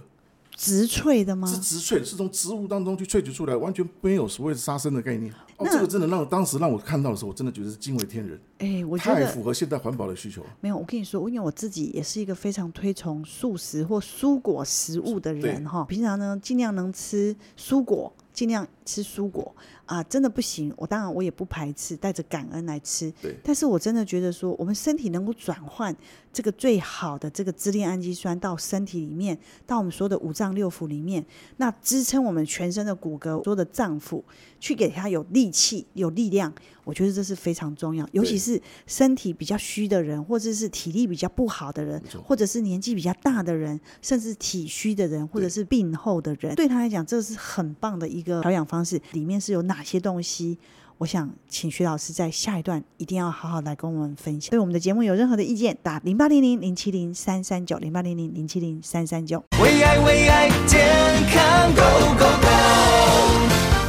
Speaker 2: 植萃的吗？
Speaker 3: 是植萃的，是从植物当中去萃取出来，完全没有所谓的杀生的概念。哦，
Speaker 2: 那
Speaker 3: 这个真的让当时让我看到的时候，我真的觉得是惊为天人，
Speaker 2: 哎，我觉
Speaker 3: 太
Speaker 2: 得
Speaker 3: 符合现代环保的需求了。
Speaker 2: 没有。我跟你说，因为我自己也是一个非常推崇素食或蔬果食物的人
Speaker 3: 对
Speaker 2: 哈，平常呢尽量能吃蔬果。尽量吃蔬果啊。真的不行，我当然我也不排斥，带着感恩来吃。
Speaker 3: 对
Speaker 2: 但是我真的觉得说，我们身体能够转换这个最好的这个支链氨基酸到身体里面，到我们所有的五脏六腑里面，那支撑我们全身的骨骼、所有的脏腑，去给它有力气、有力量。我觉得这是非常重要，尤其是身体比较虚的人，或者是体力比较不好的人
Speaker 3: 错，
Speaker 2: 或者是年纪比较大的人，甚至体虚的人，或者是病后的人，对他来讲，这是很棒的一个调养方式。里面是有哪些东西？我想请徐老师在下一段一定要好好来跟我们分享。对我们的节目有任何的意见，打零八零零零七零三三九零八零零零七零三三九。
Speaker 1: 为爱为爱健康 Go Go Go！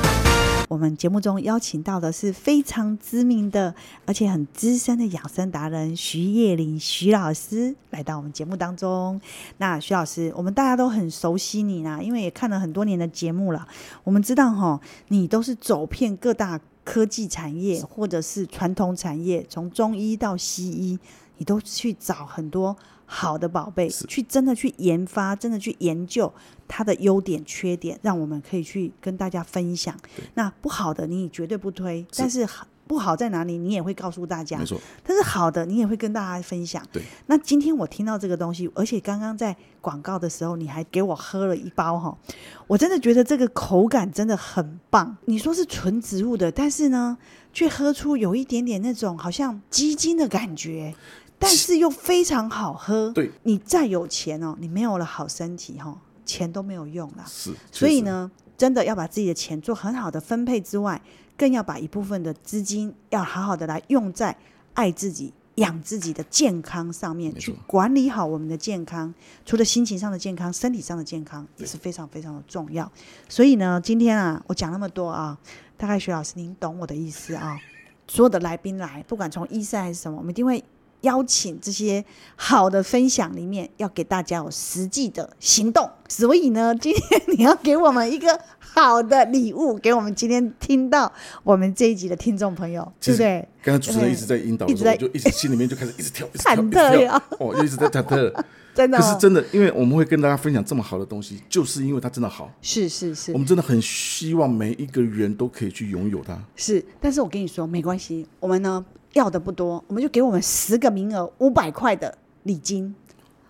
Speaker 2: 我们节目中邀请到的是非常知名的，而且很资深的养生达人徐叶玲徐老师来到我们节目当中。那徐老师，我们大家都很熟悉你啦，因为也看了很多年的节目了。我们知道哈，你都是走遍各大科技产业或者是传统产业，从中医到西医，你都去找很多好的宝贝，去真的去研发，真的去研究它的优点、缺点，让我们可以去跟大家分享。那不好的你绝对不推，但是好不好在哪里，你也会告诉大家
Speaker 3: 没。错，
Speaker 2: 但是好的，你也会跟大家分享。
Speaker 3: 对，
Speaker 2: 那今天我听到这个东西，而且刚刚在广告的时候，你还给我喝了一包哈，我真的觉得这个口感真的很棒。你说是纯植物的，但是呢，却喝出有一点点那种好像鸡精的感觉，但是又非常好喝。
Speaker 3: 对，
Speaker 2: 你再有钱哦，你没有了好身体哈、哦，钱都没有用啦。
Speaker 3: 是。
Speaker 2: 所
Speaker 3: 确
Speaker 2: 以
Speaker 3: 实，
Speaker 2: 呢，真的要把自己的钱做很好的分配之外，更要把一部分的资金要好好的来用在爱自己、养自己的健康上面，
Speaker 3: 没
Speaker 2: 去
Speaker 3: 错
Speaker 2: 管理好我们的健康。除了心情上的健康，身体上的健康也
Speaker 3: 对
Speaker 2: 是非常非常的重要。所以呢，今天啊，我讲那么多啊，大概徐老师您懂我的意思啊。所有的来宾来，不管从医生还是什么，我们一定会邀请这些好的分享里面，要给大家有实际的行动。所以呢，今天你要给我们一个好的礼物，给我们今天听到我们这一集的听众朋友，
Speaker 3: 其
Speaker 2: 对不
Speaker 3: 实
Speaker 2: 对？
Speaker 3: 刚刚主持人一直在引导
Speaker 2: 一
Speaker 3: 的
Speaker 2: 直
Speaker 3: 时候，
Speaker 2: 在
Speaker 3: 我就一直心里面就开始一直跳，一直
Speaker 2: 忐
Speaker 3: 跳，一直
Speaker 2: 忑
Speaker 3: 跳
Speaker 2: 呀，
Speaker 3: 哦，就一直在忐忑。
Speaker 2: 真的
Speaker 3: 可是
Speaker 2: 哦
Speaker 3: 真的，因为我们会跟大家分享这么好的东西，就是因为它真的好，
Speaker 2: 是是是
Speaker 3: 我们真的很希望每一个人都可以去拥有它。
Speaker 2: 是，但是我跟你说没关系，我们呢要的不多，我们就给我们十个名额五百块的礼金，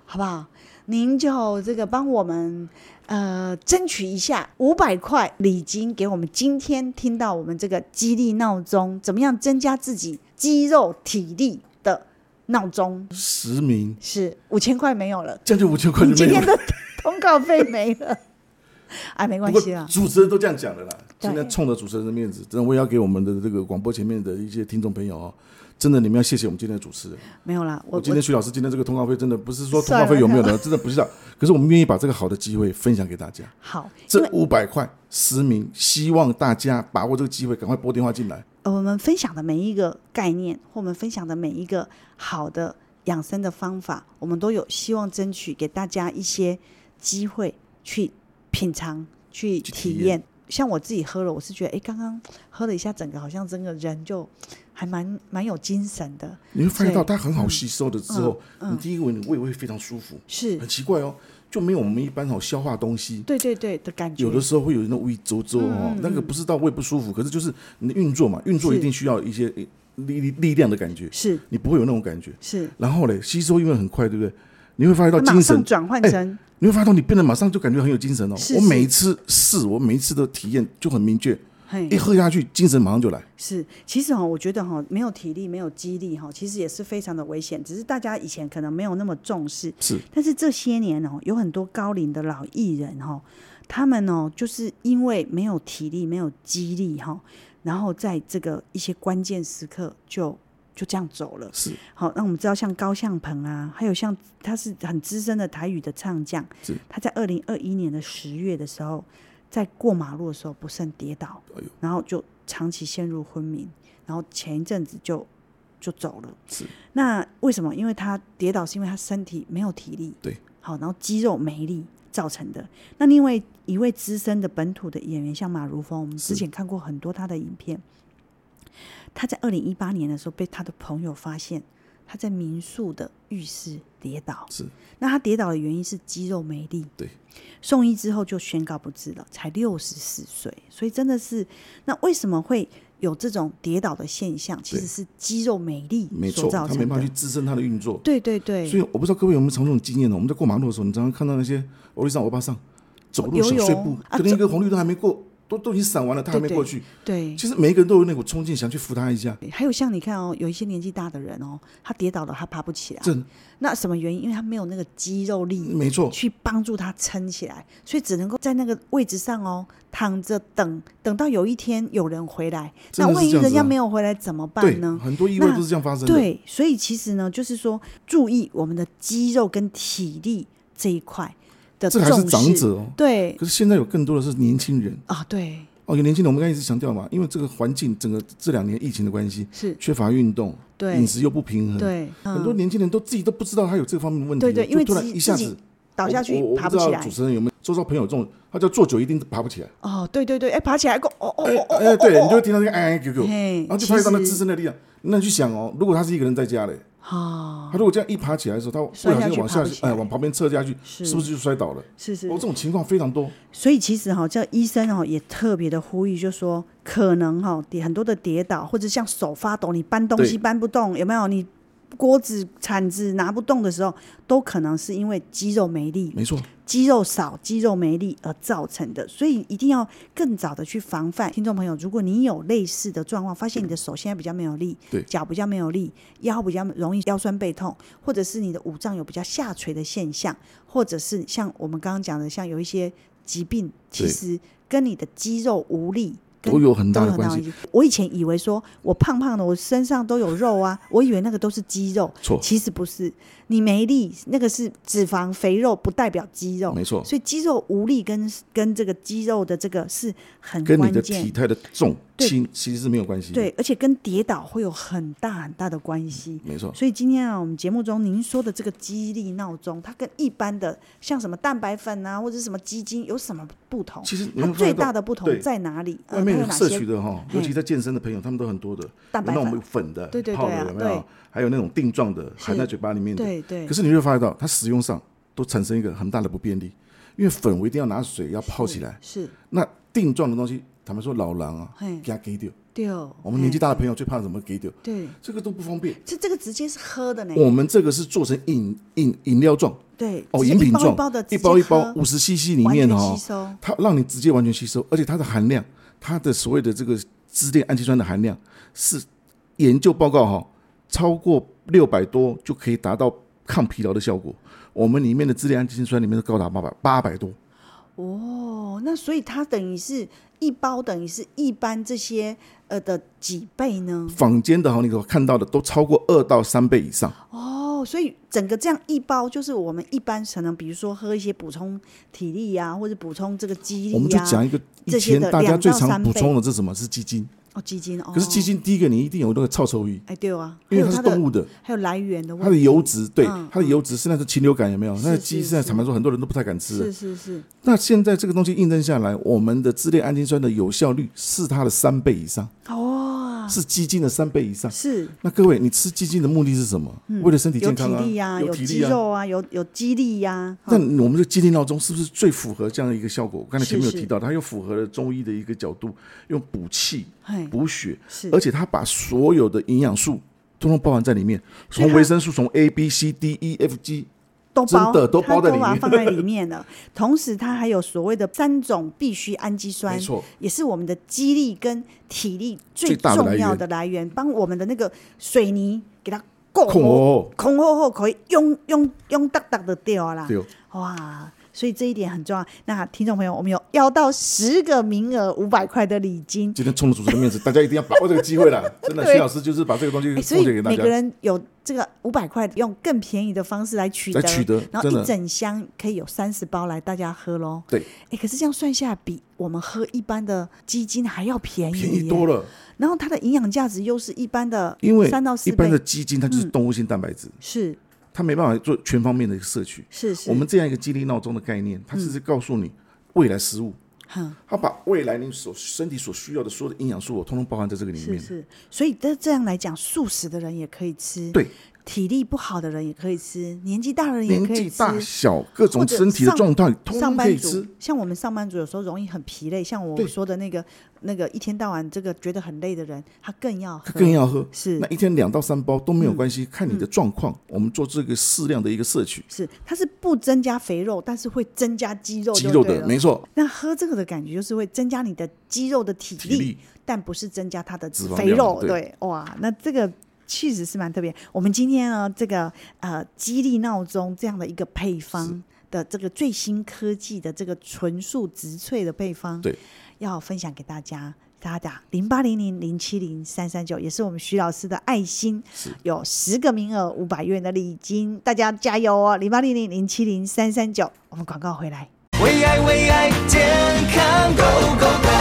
Speaker 2: 好不好？您就这个帮我们呃争取一下五百块礼金，给我们今天听到我们这个激励闹钟，怎么样增加自己肌肉体力的闹钟？
Speaker 3: 实名，
Speaker 2: 是五千块没有了，
Speaker 3: 这样就五千块
Speaker 2: 你
Speaker 3: 就
Speaker 2: 今
Speaker 3: 没有
Speaker 2: 天
Speaker 3: 了。
Speaker 2: 的通告费没了， 哎，没
Speaker 3: 不
Speaker 2: 关
Speaker 3: 过
Speaker 2: 系啦。
Speaker 3: 主持人都这样讲的啦，
Speaker 2: 对
Speaker 3: 今天冲着主持人的面子，真的我也要给我们的这个广播前面的一些听众朋友哦，真的你们要谢谢我们今天的主持人。
Speaker 2: 没有啦，我
Speaker 3: 我今天徐老师今天这个通告费真的不是说通
Speaker 2: 算
Speaker 3: 告
Speaker 2: 了
Speaker 3: 费有没有的，真的不是这样。可是我们愿意把这个好的机会分享给大家，
Speaker 2: 好，因
Speaker 3: 这
Speaker 2: 为
Speaker 3: 五百块实名，希望大家把握这个机会，赶快拨电话进来。
Speaker 2: 呃，我们分享的每一个概念，或我们分享的每一个好的养生的方法，我们都有希望争取给大家一些机会去品尝、去
Speaker 3: 去
Speaker 2: 体
Speaker 3: 体
Speaker 2: 验。像我自己喝了，我是觉得，哎，刚刚喝了一下，整个好像整个人就还蛮蛮有精神的。
Speaker 3: 你会发现到
Speaker 2: 对嗯
Speaker 3: 它很好吸收的之后，你第一个闻你胃会非常舒服，
Speaker 2: 是
Speaker 3: 很，奇怪哦，就没有我们一般哦消化东西。
Speaker 2: 对对对的感觉。
Speaker 3: 有的时候会有那胃周周哦，那个不是到胃不舒服，可是就是你的运作嘛，运
Speaker 2: 嗯
Speaker 3: 作
Speaker 2: 是
Speaker 3: 一定需要一些诶力力力量的感觉，
Speaker 2: 是
Speaker 3: 你不会有那种感觉。
Speaker 2: 是，
Speaker 3: 然后嘞，吸收因为很快，对不对？你会发觉到
Speaker 2: 马
Speaker 3: 精
Speaker 2: 上
Speaker 3: 神，
Speaker 2: 转换
Speaker 3: 哎
Speaker 2: 成
Speaker 3: 你会发觉到你变得马上就感觉很有精神哦。
Speaker 2: 是
Speaker 3: 我
Speaker 2: 是
Speaker 3: 每一次试，我每一次的体验就很明确，
Speaker 2: 嘿
Speaker 3: 一喝下去精神马上就来。
Speaker 2: 是，其实哈，我觉得哈，没有体力、没有肌力哈，其实也是非常的危险。只是大家以前可能没有那么重视，
Speaker 3: 是
Speaker 2: 但是这些年哦，有很多高龄的老艺人哈，他们哦，就是因为没有体力、没有肌力哈，然后在这个一些关键时刻就就这样走了。
Speaker 3: 是，
Speaker 2: 好，那我们知道像高向鹏啊，还有像他是很资深的台语的唱将
Speaker 3: 是，
Speaker 2: 他在二零二一年的十月的时候，在过马路的时候不慎跌倒，
Speaker 3: 哎呦
Speaker 2: 然后就长期陷入昏迷，然后前一阵子就就走了。
Speaker 3: 是
Speaker 2: 那为什么？因为他跌倒是因为他身体没有体力，
Speaker 3: 对，
Speaker 2: 好，然后肌肉没力造成的。那另外一位资深的本土的演员，像马如风，我们之
Speaker 3: 是
Speaker 2: 前看过很多他的影片。他在二零一八年的时候被他的朋友发现，他在民宿的浴室跌倒，
Speaker 3: 是
Speaker 2: 那他跌倒的原因是肌肉没力，
Speaker 3: 对，
Speaker 2: 送医之后就宣告不治了，才六十四岁，所以真的是，那为什么会有这种跌倒的现象？其实是肌肉没力
Speaker 3: 没
Speaker 2: 所
Speaker 3: 错，
Speaker 2: 造
Speaker 3: 他没
Speaker 2: 成
Speaker 3: 办法
Speaker 2: 的
Speaker 3: 去。支撑他的运作。
Speaker 2: 对对对，
Speaker 3: 所以我不知道各位有没有常种经验呢？我们在过马路的时候，你常常看到那些欧丽桑、欧巴桑走路
Speaker 2: 游
Speaker 3: 小碎
Speaker 2: 泳
Speaker 3: 步，
Speaker 2: 啊
Speaker 3: 可能一
Speaker 2: 走
Speaker 3: 个红绿灯还没过，都都已经闪完了，他还没
Speaker 2: 对
Speaker 3: 过去。
Speaker 2: 对，
Speaker 3: 其实每一个人都有那股冲劲，想去扶他一下。
Speaker 2: 还有像你看哦，有一些年纪大的人哦，他跌倒了，他爬不起来，
Speaker 3: 这
Speaker 2: 那什么原因？因为他没有那个肌肉力
Speaker 3: 没错，
Speaker 2: 去帮助他撑起来，所以只能够在那个位置上哦躺着等，等到有一天有人回来，
Speaker 3: 真
Speaker 2: 那
Speaker 3: 的是
Speaker 2: 万一
Speaker 3: 这样子啊
Speaker 2: 人家没有回来怎么
Speaker 3: 对
Speaker 2: 办，呢？
Speaker 3: 很多意外
Speaker 2: 那
Speaker 3: 都是这样发生的。
Speaker 2: 对，所以其实呢，就是说注意我们的肌肉跟体力这一块的
Speaker 3: 这
Speaker 2: 重
Speaker 3: 个
Speaker 2: 视。
Speaker 3: 还是长者哦。
Speaker 2: 对
Speaker 3: 可是现在有更多的是年轻人
Speaker 2: 啊，对
Speaker 3: 哦，有年轻人，我们刚才一直强调嘛，因为这个环境，整个这两年疫情的关系，
Speaker 2: 是，
Speaker 3: 缺乏运动，
Speaker 2: 对
Speaker 3: 饮食又不平衡，
Speaker 2: 对，嗯、
Speaker 3: 很多年轻人都自己都不知道他有这方面的问题了，
Speaker 2: 对对，因为
Speaker 3: 就突
Speaker 2: 自
Speaker 3: 然
Speaker 2: 己
Speaker 3: 一下
Speaker 2: 自己
Speaker 3: 子
Speaker 2: 倒下去
Speaker 3: 我我我
Speaker 2: 爬
Speaker 3: 不
Speaker 2: 不起
Speaker 3: 知道
Speaker 2: 来
Speaker 3: 主。持人有没有周遭朋友这种，他叫坐久一定爬不起来。
Speaker 2: 哦，对对对，哎，爬起来，哦哦哦哦哦，
Speaker 3: 哎，对，你
Speaker 2: 哦
Speaker 3: 就会听到那个哎哎呦呦，
Speaker 2: 嘿
Speaker 3: 然后就发现到那
Speaker 2: 其实
Speaker 3: 自身的力量。那你去想哦，如果他是一个人在家嘞，
Speaker 2: 哦，
Speaker 3: 他如果这样一爬起来的时候，他不
Speaker 2: 摔
Speaker 3: 小
Speaker 2: 下去
Speaker 3: 心往下
Speaker 2: 爬不起来
Speaker 3: 哎往旁边侧下去，
Speaker 2: 是
Speaker 3: 是不是就摔倒了？
Speaker 2: 是是
Speaker 3: 哦，这种情况非常多。
Speaker 2: 所以其实哈、这医生哈、也特别的呼吁，就说可能哈、跌很多的跌倒，或者像手发抖，你搬东西
Speaker 3: 对
Speaker 2: 搬不动，有没有？你锅子、铲子拿不动的时候，都可能是因为肌肉没力、
Speaker 3: 没错，
Speaker 2: 肌肉少、肌肉没力而造成的。所以一定要更早的去防范。听众朋友，如果你有类似的状况，发现你的手现在比较没有力，
Speaker 3: 对
Speaker 2: 脚比较没有力，腰比较容易腰酸背痛，或者是你的五脏有比较下垂的现象，或者是像我们刚刚讲的，像有一些疾病，其
Speaker 3: 对
Speaker 2: 实跟你的肌肉无力。跟
Speaker 3: 都有很
Speaker 2: 都
Speaker 3: 大
Speaker 2: 有
Speaker 3: 的
Speaker 2: 很大
Speaker 3: 关
Speaker 2: 的
Speaker 3: 系。
Speaker 2: 关系。我以前以为说我胖胖的，我身上都有肉啊，我以为那个都是肌肉，
Speaker 3: 错
Speaker 2: 其实不是。你没力，那个是脂肪肥肉，不代表肌肉，
Speaker 3: 没错
Speaker 2: 所以肌肉无力跟跟这个肌肉的这个是很
Speaker 3: 跟你
Speaker 2: 关
Speaker 3: 的体
Speaker 2: 键，
Speaker 3: 态的重
Speaker 2: 对
Speaker 3: 轻其实是没有关系的。
Speaker 2: 对，而且跟跌倒会有很大很大的关系。
Speaker 3: 没错，
Speaker 2: 所以今天啊，我们节目中您说的这个肌力闹钟，它跟一般的像什么蛋白粉啊，或者是什么鸡精有什么不同？
Speaker 3: 其实你
Speaker 2: 它
Speaker 3: 会发
Speaker 2: 最
Speaker 3: 现到
Speaker 2: 大的不同
Speaker 3: 对
Speaker 2: 在哪里？呃
Speaker 3: 外面
Speaker 2: 它
Speaker 3: 有
Speaker 2: 有哪
Speaker 3: 摄
Speaker 2: 些
Speaker 3: 取的哈，
Speaker 2: 嘿
Speaker 3: 尤其在健身的朋友，他们都很多的，有
Speaker 2: 蛋白
Speaker 3: 那
Speaker 2: 粉
Speaker 3: 种粉的、
Speaker 2: 对对对
Speaker 3: 泡
Speaker 2: 啊
Speaker 3: 的有没
Speaker 2: 对
Speaker 3: 有？还有那种定状的，
Speaker 2: 是
Speaker 3: 含在嘴巴里面的。
Speaker 2: 对对
Speaker 3: 可是你会发现到，它使用上都产生一个很大的不便利，因为粉我一定要拿水要泡起来，
Speaker 2: 是
Speaker 3: 那定状的东西，坦白说老狼啊
Speaker 2: 嘿，
Speaker 3: 给它给掉。
Speaker 2: 对哦，
Speaker 3: 我们年纪大的朋友最怕什么？给掉，
Speaker 2: 对，
Speaker 3: 这个都不方便。
Speaker 2: 这这个直接是喝的呢，
Speaker 3: 我们这个是做成饮饮饮料状，
Speaker 2: 对，
Speaker 3: 哦，
Speaker 2: 直接
Speaker 3: 饮品状，
Speaker 2: 一包一包的，
Speaker 3: 一
Speaker 2: 直接
Speaker 3: 包一包
Speaker 2: 喝
Speaker 3: 五十 CC 里面
Speaker 2: 完全
Speaker 3: 哦
Speaker 2: 吸收，
Speaker 3: 它让你直接完全吸收，而且它的含量，它的所谓的这个支链氨基酸的含量是研究报告哈、超过六百多就可以达到抗疲劳的效果。我们里面的支链氨基酸里面都高达八百八百多，
Speaker 2: 哦，那所以它等于是一包等于是一般这些呃的几倍呢？
Speaker 3: 坊间的哈、你所看到的都超过二到三倍以上。
Speaker 2: 哦，所以整个这样一包就是我们一般可能比如说喝一些补充体力呀、或者补充这个肌
Speaker 3: 我们
Speaker 2: 力啊
Speaker 3: 就
Speaker 2: 呀、
Speaker 3: 讲一个以
Speaker 2: 这些
Speaker 3: 前
Speaker 2: 的
Speaker 3: 大家最
Speaker 2: 2
Speaker 3: 常
Speaker 2: 到3
Speaker 3: 补充的是什么？是鸡精。
Speaker 2: 哦基金哦，
Speaker 3: 可是鸡精第一个你一定有那个臭臭鱼，
Speaker 2: 哎对啊，还
Speaker 3: 因为
Speaker 2: 有
Speaker 3: 它
Speaker 2: 它
Speaker 3: 是
Speaker 2: 的
Speaker 3: 动物的。
Speaker 2: 还有来源的问
Speaker 3: 它的
Speaker 2: 题，
Speaker 3: 油脂，对、
Speaker 2: 嗯
Speaker 3: 它的油脂是那种禽流感有没有？那
Speaker 2: 是
Speaker 3: 鸡
Speaker 2: 是
Speaker 3: 现在
Speaker 2: 是
Speaker 3: 坦白说，很多人都不太敢吃了
Speaker 2: 是。是是
Speaker 3: 那现在这个东西印证下来，我们的支链氨基酸的有效率是它的三倍以上，
Speaker 2: 哦
Speaker 3: 是鸡精的三倍以上。
Speaker 2: 是。
Speaker 3: 那各位，你吃鸡精的目的是什么？为了身
Speaker 2: 嗯
Speaker 3: 体
Speaker 2: 有
Speaker 3: 健
Speaker 2: 体
Speaker 3: 康啊，
Speaker 2: 力呀、有
Speaker 3: 体
Speaker 2: 肌
Speaker 3: 力啊。
Speaker 2: 肉啊，有有肌力呀、哦
Speaker 3: 那
Speaker 2: 哈
Speaker 3: 我们的鸡精闹钟是不是最符合这样的一个效果？我刚才前面有
Speaker 2: 是是
Speaker 3: 提到，它又符合了中医的一个角度，用补气、
Speaker 2: 嘿
Speaker 3: 补血，
Speaker 2: 哎是
Speaker 3: 而且它把所有的营养素通通包含在里面，从维生素从 A、B、C、D、E、F、G
Speaker 2: 都包，
Speaker 3: 真的都包在
Speaker 2: 它
Speaker 3: 里
Speaker 2: 都把它
Speaker 3: 面
Speaker 2: 放在里面了。 同时，它还有所谓的三种必需氨基酸，
Speaker 3: 没错
Speaker 2: 也是我们的肌力跟体力最
Speaker 3: 最大的来
Speaker 2: 重
Speaker 3: 源
Speaker 2: 要的来源，帮我们的那个水泥给它拱
Speaker 3: 控哦
Speaker 2: 拱厚后可以用用用哒哒的掉啦。
Speaker 3: 对哦，
Speaker 2: 哇，所以这一点很重要。那听众朋友，我们有要到十个名额五百块的礼金，
Speaker 3: 今天冲着主持人面 子，大家一定要把握这个机会啦！真的，
Speaker 2: 对
Speaker 3: 徐老师就是把这个东西
Speaker 2: 欸所
Speaker 3: 奉
Speaker 2: 以
Speaker 3: 献给大
Speaker 2: 每
Speaker 3: 家
Speaker 2: 个。人有这个五百块，用更便宜的方式来取得，
Speaker 3: 来取得
Speaker 2: 然后
Speaker 3: 真的
Speaker 2: 一整箱可以有三十包来大家喝喽。
Speaker 3: 对，
Speaker 2: 哎、可是这样算下来，比我们喝一般的鸡精还要便宜，
Speaker 3: 便宜多
Speaker 2: 了。
Speaker 3: 了，
Speaker 2: 然后它的营养价值又是一般的，
Speaker 3: 因为
Speaker 2: 三到四
Speaker 3: 一
Speaker 2: 倍，嗯
Speaker 3: 般的鸡精它就是动物性蛋白质，
Speaker 2: 是
Speaker 3: 它没办法做全方面的一个摄取。
Speaker 2: 是是，嗯
Speaker 3: 我们这样一个激励闹钟的概念，它只是告诉你未来食物，
Speaker 2: 哼。
Speaker 3: 它把未来你所身体所需要的所有的营养素，我通通包含在这个里
Speaker 2: 是
Speaker 3: 面。
Speaker 2: 是，所以这这样来讲，素食的人也可以吃，
Speaker 3: 对，
Speaker 2: 体力不好的人也可以吃，年纪大的人也
Speaker 3: 年
Speaker 2: 可以
Speaker 3: 纪
Speaker 2: 吃。
Speaker 3: 大小各
Speaker 2: 或
Speaker 3: 种
Speaker 2: 者
Speaker 3: 身体的
Speaker 2: 上
Speaker 3: 状态，通
Speaker 2: 上
Speaker 3: 通可
Speaker 2: 班
Speaker 3: 以
Speaker 2: 族
Speaker 3: 吃。
Speaker 2: 像我们上班族有时候容易很疲累，像我
Speaker 3: 对
Speaker 2: 说的那个那个一天到晚这个觉得很累的人，他更要喝
Speaker 3: 更要喝，
Speaker 2: 是嗯
Speaker 3: 那一天两到三包都没有关系，看你的状况，我们做这个适量的一个摄取。
Speaker 2: 是它是不增加肥肉，但是会增加肌肉
Speaker 3: 肌
Speaker 2: 就
Speaker 3: 肉
Speaker 2: 哦对
Speaker 3: 的
Speaker 2: 了
Speaker 3: 没错，
Speaker 2: 那喝这个的感觉就是会增加你的肌肉的体
Speaker 3: 体力
Speaker 2: 但不是增加它的
Speaker 3: 脂肪
Speaker 2: 肥肉。
Speaker 3: 量对
Speaker 2: 哇，那这个确实是蛮特别。我们今天呢，这个呃激励闹钟这样的一个配方的这个最新科技的这个纯素植萃的配方，
Speaker 3: 对，
Speaker 2: 要分享给大家。大家打零八零零零七零三三九，也是我们徐老师的爱心，有十个名额五百元的礼金，大家加油哦！零八零零零七零三三九，我们广告回来。
Speaker 1: 为爱为爱健康 Go Go Go。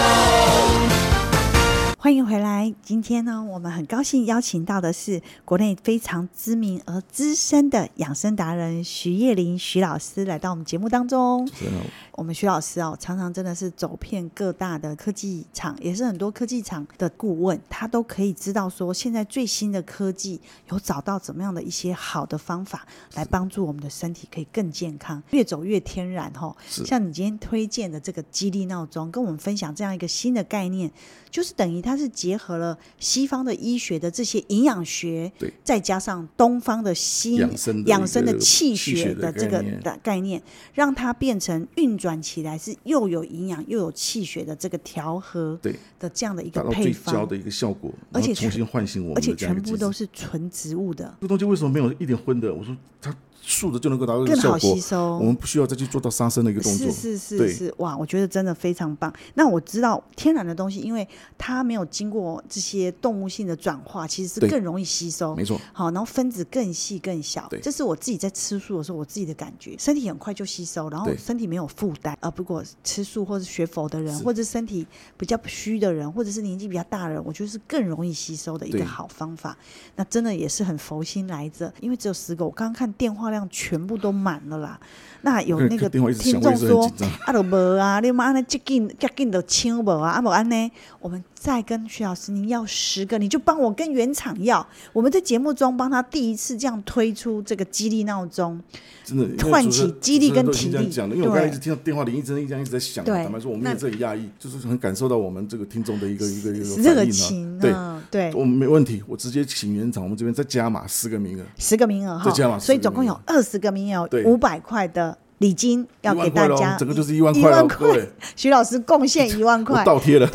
Speaker 2: 欢迎回来。今天呢，我们很高兴邀请到的是国内非常知名而资深的养生达人徐叶林徐老师来到我们节目当中。
Speaker 3: 真的
Speaker 2: 我们徐老师哦，常常真的是走遍各大的科技厂，也是很多科技厂的顾问，他都可以知道说现在最新的科技有找到怎么样的一些好的方法来帮助我们的身体可以更健康，越走越天然哦。
Speaker 3: 是
Speaker 2: 像你今天推荐的这个激励闹钟，跟我们分享这样一个新的概念，就是等于它是结合了西方的医学的这些营养学，
Speaker 3: 对
Speaker 2: 再加上东方的新
Speaker 3: 养生的一个
Speaker 2: 养生的气
Speaker 3: 气血
Speaker 2: 血的
Speaker 3: 的
Speaker 2: 这个
Speaker 3: 概念
Speaker 2: 的概念，让它变成运转起来是又有营养又有气血的这个调和
Speaker 3: 对，
Speaker 2: 的这样的一
Speaker 3: 达
Speaker 2: 个
Speaker 3: 到
Speaker 2: 配
Speaker 3: 最佳
Speaker 2: 方
Speaker 3: 的，一个效果，
Speaker 2: 而且
Speaker 3: 然后重
Speaker 2: 全
Speaker 3: 新唤醒我
Speaker 2: 而
Speaker 3: 们
Speaker 2: 且
Speaker 3: 的这样一
Speaker 2: 全
Speaker 3: 个机
Speaker 2: 部
Speaker 3: 制。
Speaker 2: 都是纯植物的，
Speaker 3: 这个东西为什么没有一点荤的？我说它素的就能够达到这
Speaker 2: 更
Speaker 3: 个效
Speaker 2: 好
Speaker 3: 果
Speaker 2: 吸，收。
Speaker 3: 我们不需要再去做到杀生的一个动作。
Speaker 2: 是是是
Speaker 3: 对
Speaker 2: 是，哇，我觉得真的非常棒。那我知道天然的东西，因为它没有经过这些动物性的转化，其实是
Speaker 3: 对
Speaker 2: 更容易吸收
Speaker 3: 没。错，
Speaker 2: 好，然后分子更细更小
Speaker 3: 对，
Speaker 2: 这是我自己在吃素的时候我自己的感觉，身体很快就吸收，然后
Speaker 3: 对
Speaker 2: 身体没有负担。啊，不过吃素或是学佛的人，
Speaker 3: 是
Speaker 2: 或者身体比较虚的人，或者是年纪比较大的人，我觉得是更容易吸收的一个
Speaker 3: 对
Speaker 2: 好方法。那真的也是很佛心来着，因为只有十个，我刚刚看电话量全部都满了啦。那有
Speaker 3: 我看
Speaker 2: 哦那个
Speaker 3: 看电话一直
Speaker 2: 听
Speaker 3: 响我
Speaker 2: 众
Speaker 3: 也是很
Speaker 2: 说
Speaker 3: 紧张，
Speaker 2: 啊，都无啊，你妈安尼接近接近都抢无啊，啊无安呢？我们再跟徐老师，您要十个，你就帮我跟原厂要。我们在节目中帮他第一次这样推出这个激励闹钟，
Speaker 3: 真的因为
Speaker 2: 唤
Speaker 3: 主持人
Speaker 2: 起激励跟
Speaker 3: 主持人都已经这样
Speaker 2: 体力
Speaker 3: 讲了，因为我刚才
Speaker 2: 对
Speaker 3: 一直听到电话铃一直一直一直在响，啊
Speaker 2: 对
Speaker 3: 坦白说，我们
Speaker 2: 那
Speaker 3: 也是很压抑，就是很感受到我们这个听众的一个一个一个反
Speaker 2: 热
Speaker 3: 应
Speaker 2: 情
Speaker 3: 啊。对，
Speaker 2: 啊，对，
Speaker 3: 我们没问题，我直接请原厂，我们这边再加码十个名额，
Speaker 2: 十个名额
Speaker 3: 再加
Speaker 2: 哈，
Speaker 3: 码
Speaker 2: 所以
Speaker 3: 10个
Speaker 2: 总共有二十个名额，
Speaker 3: 对
Speaker 2: 五百块的礼金要
Speaker 3: 一万
Speaker 2: 给大
Speaker 3: 块咯
Speaker 2: 家，
Speaker 3: 整个就是一万块咯各位
Speaker 2: 徐老师贡献一万
Speaker 3: 我
Speaker 2: 块，
Speaker 3: 倒贴了，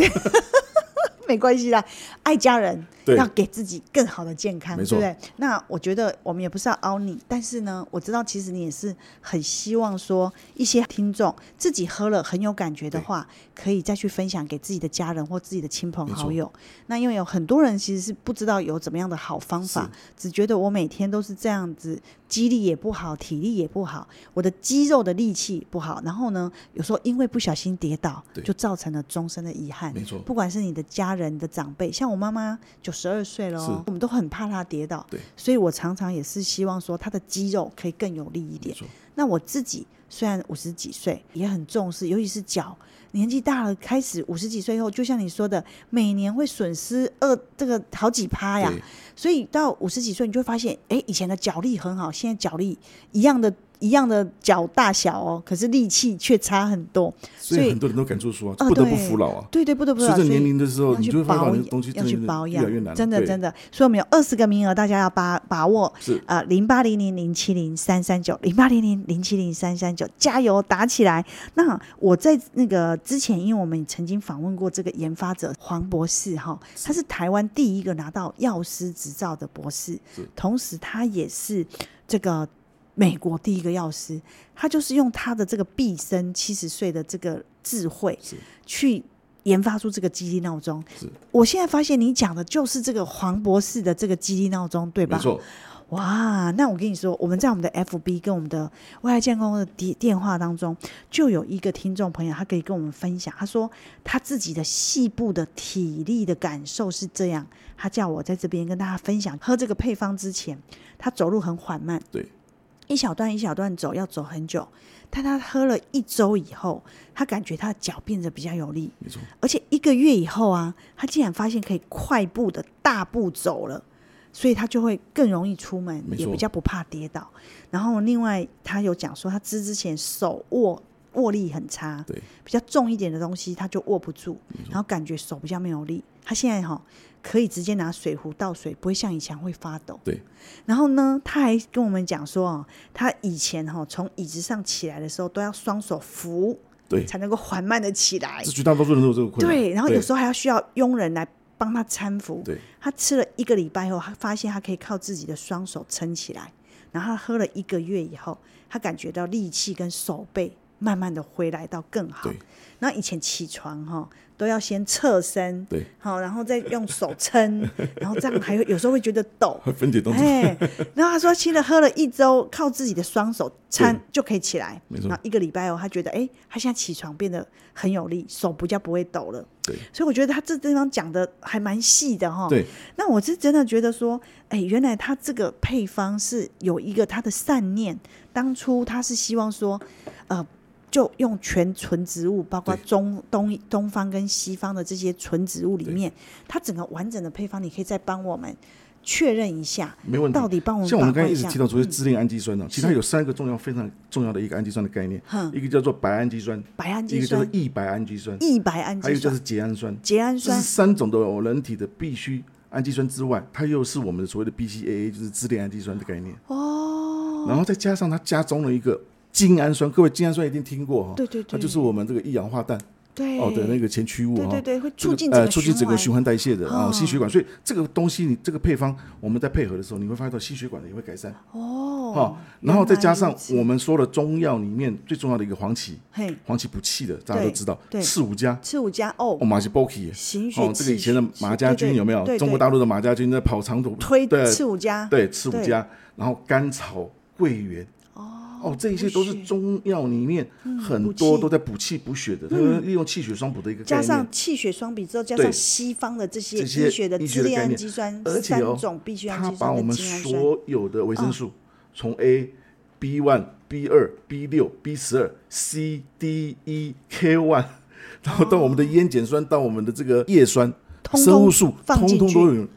Speaker 2: 没关系啦，爱家人，
Speaker 3: 对
Speaker 2: 要给自己更好的健康，
Speaker 3: 没
Speaker 2: 对
Speaker 3: 错
Speaker 2: 不对？那我觉得我们也不是要凹你，但是呢，我知道其实你也是很希望说一些听众自己喝了很有感觉的话，可以再去分享给自己的家人或自己的亲朋好友。那因为有很多人其实是不知道有怎么样的好方法，只觉得我每天都是这样子，肌力也不好，体力也不好，我的肌肉的力气不好，然后呢，有时候因为不小心跌倒，
Speaker 3: 对
Speaker 2: 就造成了终身的遗憾。
Speaker 3: 没错
Speaker 2: 不管是你的家人你的长辈，像我妈妈九十二岁了哦
Speaker 3: 是，
Speaker 2: 我们都很怕她跌倒，
Speaker 3: 对，
Speaker 2: 所以我常常也是希望说她的肌肉可以更有力一
Speaker 3: 没
Speaker 2: 点。
Speaker 3: 错，
Speaker 2: 那我自己虽然五十几岁，也很重视，尤其是脚，年纪大了，开始五十几岁后，就像你说的，每年会损失二这个好几趴呀
Speaker 3: 对。
Speaker 2: 所以到五十几岁，你就会发现，哎，以前的脚力很好，现在脚力一样的。一样的脚大小哦，可是力气却差很多，
Speaker 3: 所
Speaker 2: 所以
Speaker 3: 以很多人都感触说啊，
Speaker 2: 啊
Speaker 3: 不得不
Speaker 2: 对
Speaker 3: 服老啊。
Speaker 2: 对对，不得不
Speaker 3: 随
Speaker 2: 说
Speaker 3: 着
Speaker 2: 所以
Speaker 3: 年龄的时候，
Speaker 2: 要
Speaker 3: 你
Speaker 2: 去
Speaker 3: 就会发
Speaker 2: 保
Speaker 3: 现
Speaker 2: 养
Speaker 3: 你的东西，
Speaker 2: 要
Speaker 3: 真的
Speaker 2: 去保
Speaker 3: 越来越
Speaker 2: 养，
Speaker 3: 难了，
Speaker 2: 真的
Speaker 3: 对
Speaker 2: 真的。所以我们有二十个名额，大家要把把握。
Speaker 3: 是
Speaker 2: 呃，零八零零零七零三三九，零八零零零七零三三九，加油打起来！那我在那个之前，因为我们曾经访问过这个研发者黄博士哈，他是台湾第一个拿到药师执照的博士
Speaker 3: 是，
Speaker 2: 同时他也是这个美国第一个药师，他就是用他的这个毕生七十岁的这个智慧
Speaker 3: 是
Speaker 2: 去。研发出这个激励闹钟
Speaker 3: 是，
Speaker 2: 我现在发现你讲的就是这个黄博士的这个激励闹钟，对吧？
Speaker 3: 没错，
Speaker 2: 哇，那我跟你说，我们在我们的 FB 跟我们的未来健康的电电话当中，就有一个听众朋友，他可以跟我们分享，他说他自己的细部的体力的感受是这样，他叫我在这边跟大家分享，喝这个配方之前，他走路很缓慢，
Speaker 3: 对，
Speaker 2: 一小段一小段走，要走很久，但他喝了一周以后，他感觉他的脚变得比较有力，
Speaker 3: 没错，
Speaker 2: 而且一个月以后啊，他竟然发现可以快步的大步走了。所以他就会更容易出门，
Speaker 3: 没
Speaker 2: 也
Speaker 3: 错
Speaker 2: 比较不怕跌倒。然后另外他有讲说，他之之前手握握力很差，
Speaker 3: 对，
Speaker 2: 比较重一点的东西他就握不住，然后感觉手比较没有力。他现在哈、可以直接拿水壶倒水，不会像以前会发抖。
Speaker 3: 对，
Speaker 2: 然后呢，他还跟我们讲说哦，他以前哈、从椅子上起来的时候都要双手扶，
Speaker 3: 对
Speaker 2: 才能够缓慢的起来
Speaker 3: 这。绝大多数人都有这个困扰。
Speaker 2: 对，然后有时
Speaker 3: 候
Speaker 2: 候还要需要佣人来帮他搀扶。
Speaker 3: 对
Speaker 2: 他吃了一个礼拜后，他发现他可以靠自己的双手撑起来。然后他喝了一个月以后，他感觉到力气跟手背慢慢的回来到更好
Speaker 3: 对。
Speaker 2: 然后以前起床哈、都要先侧身，
Speaker 3: 对，
Speaker 2: 好，然后再用手 撑，然后这样还会有时候会觉得抖，
Speaker 3: 会分解动作，
Speaker 2: 哎，然后他说吃了喝了一周，靠自己的双手撑
Speaker 3: 对
Speaker 2: 就可以起来。
Speaker 3: 没错
Speaker 2: 然后一个礼拜哦，他觉得哎，他现在起床变得很有力，手比较不会抖了。
Speaker 3: 对
Speaker 2: 所以我觉得他这地方讲的还蛮细的哈、
Speaker 3: 对，
Speaker 2: 那我是真的觉得说，哎，原来他这个配方是有一个他的善念，当初他是希望说，呃。就用全纯植物，包括
Speaker 3: 对
Speaker 2: 中东东方跟西方的这些纯植物里面，它整个完整的配方，你可以再帮我们确认一下，
Speaker 3: 没问题。
Speaker 2: 到底帮我们
Speaker 3: 像我们
Speaker 2: 把
Speaker 3: 刚才
Speaker 2: 关
Speaker 3: 一直
Speaker 2: 一下嗯
Speaker 3: 提到所谓支链氨基酸呢、哦其实它有三个重要、非常重要的一个氨基酸的概念，一个叫做白氨基酸，
Speaker 2: 白氨
Speaker 3: 一
Speaker 2: 基
Speaker 3: 个叫
Speaker 2: 酸
Speaker 3: 做、异白氨基酸，
Speaker 2: 异白氨
Speaker 3: 还
Speaker 2: 基
Speaker 3: 有就是
Speaker 2: 酸、
Speaker 3: 缬氨酸。
Speaker 2: 缬氨
Speaker 3: 这
Speaker 2: 酸
Speaker 3: 是，三种的人体的必需氨基酸之外，它又是我们所谓的 BCAA，就是支链氨基酸的概念。哦。然后再加上它加中了一个精氨酸，各位精氨酸一定听过哈、
Speaker 2: 对对对
Speaker 3: 它就是我们这个一氧化氮
Speaker 2: 对
Speaker 3: 哦的那个前驱物哈、
Speaker 2: 哎对对对会
Speaker 3: 这
Speaker 2: 促
Speaker 3: 个
Speaker 2: 进整个
Speaker 3: 呃促进整个
Speaker 2: 循
Speaker 3: 循环代谢的啊、哦心血管，所以这个东西你这个配方我们在配合的时候，你会发现到心血管的也会改善
Speaker 2: 哦，
Speaker 3: 哈、然后再加
Speaker 2: 原
Speaker 3: 上
Speaker 2: 来如此
Speaker 3: 我们说的中药里面最重要的一个黄芪，
Speaker 2: 嘿，
Speaker 3: 黄芪补气的，大家
Speaker 2: 对
Speaker 3: 都知道，
Speaker 2: 对
Speaker 3: 赤五加
Speaker 2: 吃五加哦
Speaker 3: 哦，，马是 b o k i
Speaker 2: 行血
Speaker 3: 哦，这个以
Speaker 2: 气
Speaker 3: 前的
Speaker 2: 血
Speaker 3: 马家
Speaker 2: 对
Speaker 3: 军
Speaker 2: 对
Speaker 3: 有没有？
Speaker 2: 对
Speaker 3: 中国
Speaker 2: 对
Speaker 3: 大陆的马家军在跑长途
Speaker 2: 推
Speaker 3: 对
Speaker 2: 吃五加，
Speaker 3: 对，吃五
Speaker 2: 对
Speaker 3: 家，然后甘草、桂圆。哦，这一些都是
Speaker 2: 补血嗯
Speaker 3: 中药里面很
Speaker 2: 补
Speaker 3: 多
Speaker 2: 气嗯
Speaker 3: 都在补气补血的，它们利用气血双补的一个概
Speaker 2: 加
Speaker 3: 念
Speaker 2: 上。气血双比之后，加
Speaker 3: 对
Speaker 2: 上西方的这些
Speaker 3: 这些
Speaker 2: 医学的
Speaker 3: 医
Speaker 2: 支
Speaker 3: 学的
Speaker 2: 链
Speaker 3: 概
Speaker 2: 氨
Speaker 3: 念
Speaker 2: 基酸，，
Speaker 3: 而且
Speaker 2: 三
Speaker 3: 哦
Speaker 2: 种必需，氨
Speaker 3: 它
Speaker 2: 基
Speaker 3: 把
Speaker 2: 酸
Speaker 3: 我
Speaker 2: 跟
Speaker 3: 们
Speaker 2: 精氨酸，嗯
Speaker 3: 所有的维生素从 A、B one、B 二、B 六、B 十二、C、D、E、K one，然 后到我们的烟碱酸，到我们的这个叶酸、
Speaker 2: 哦通
Speaker 3: 生物
Speaker 2: 通
Speaker 3: 素，
Speaker 2: 放
Speaker 3: 通
Speaker 2: 进
Speaker 3: 通
Speaker 2: 去
Speaker 3: 都有。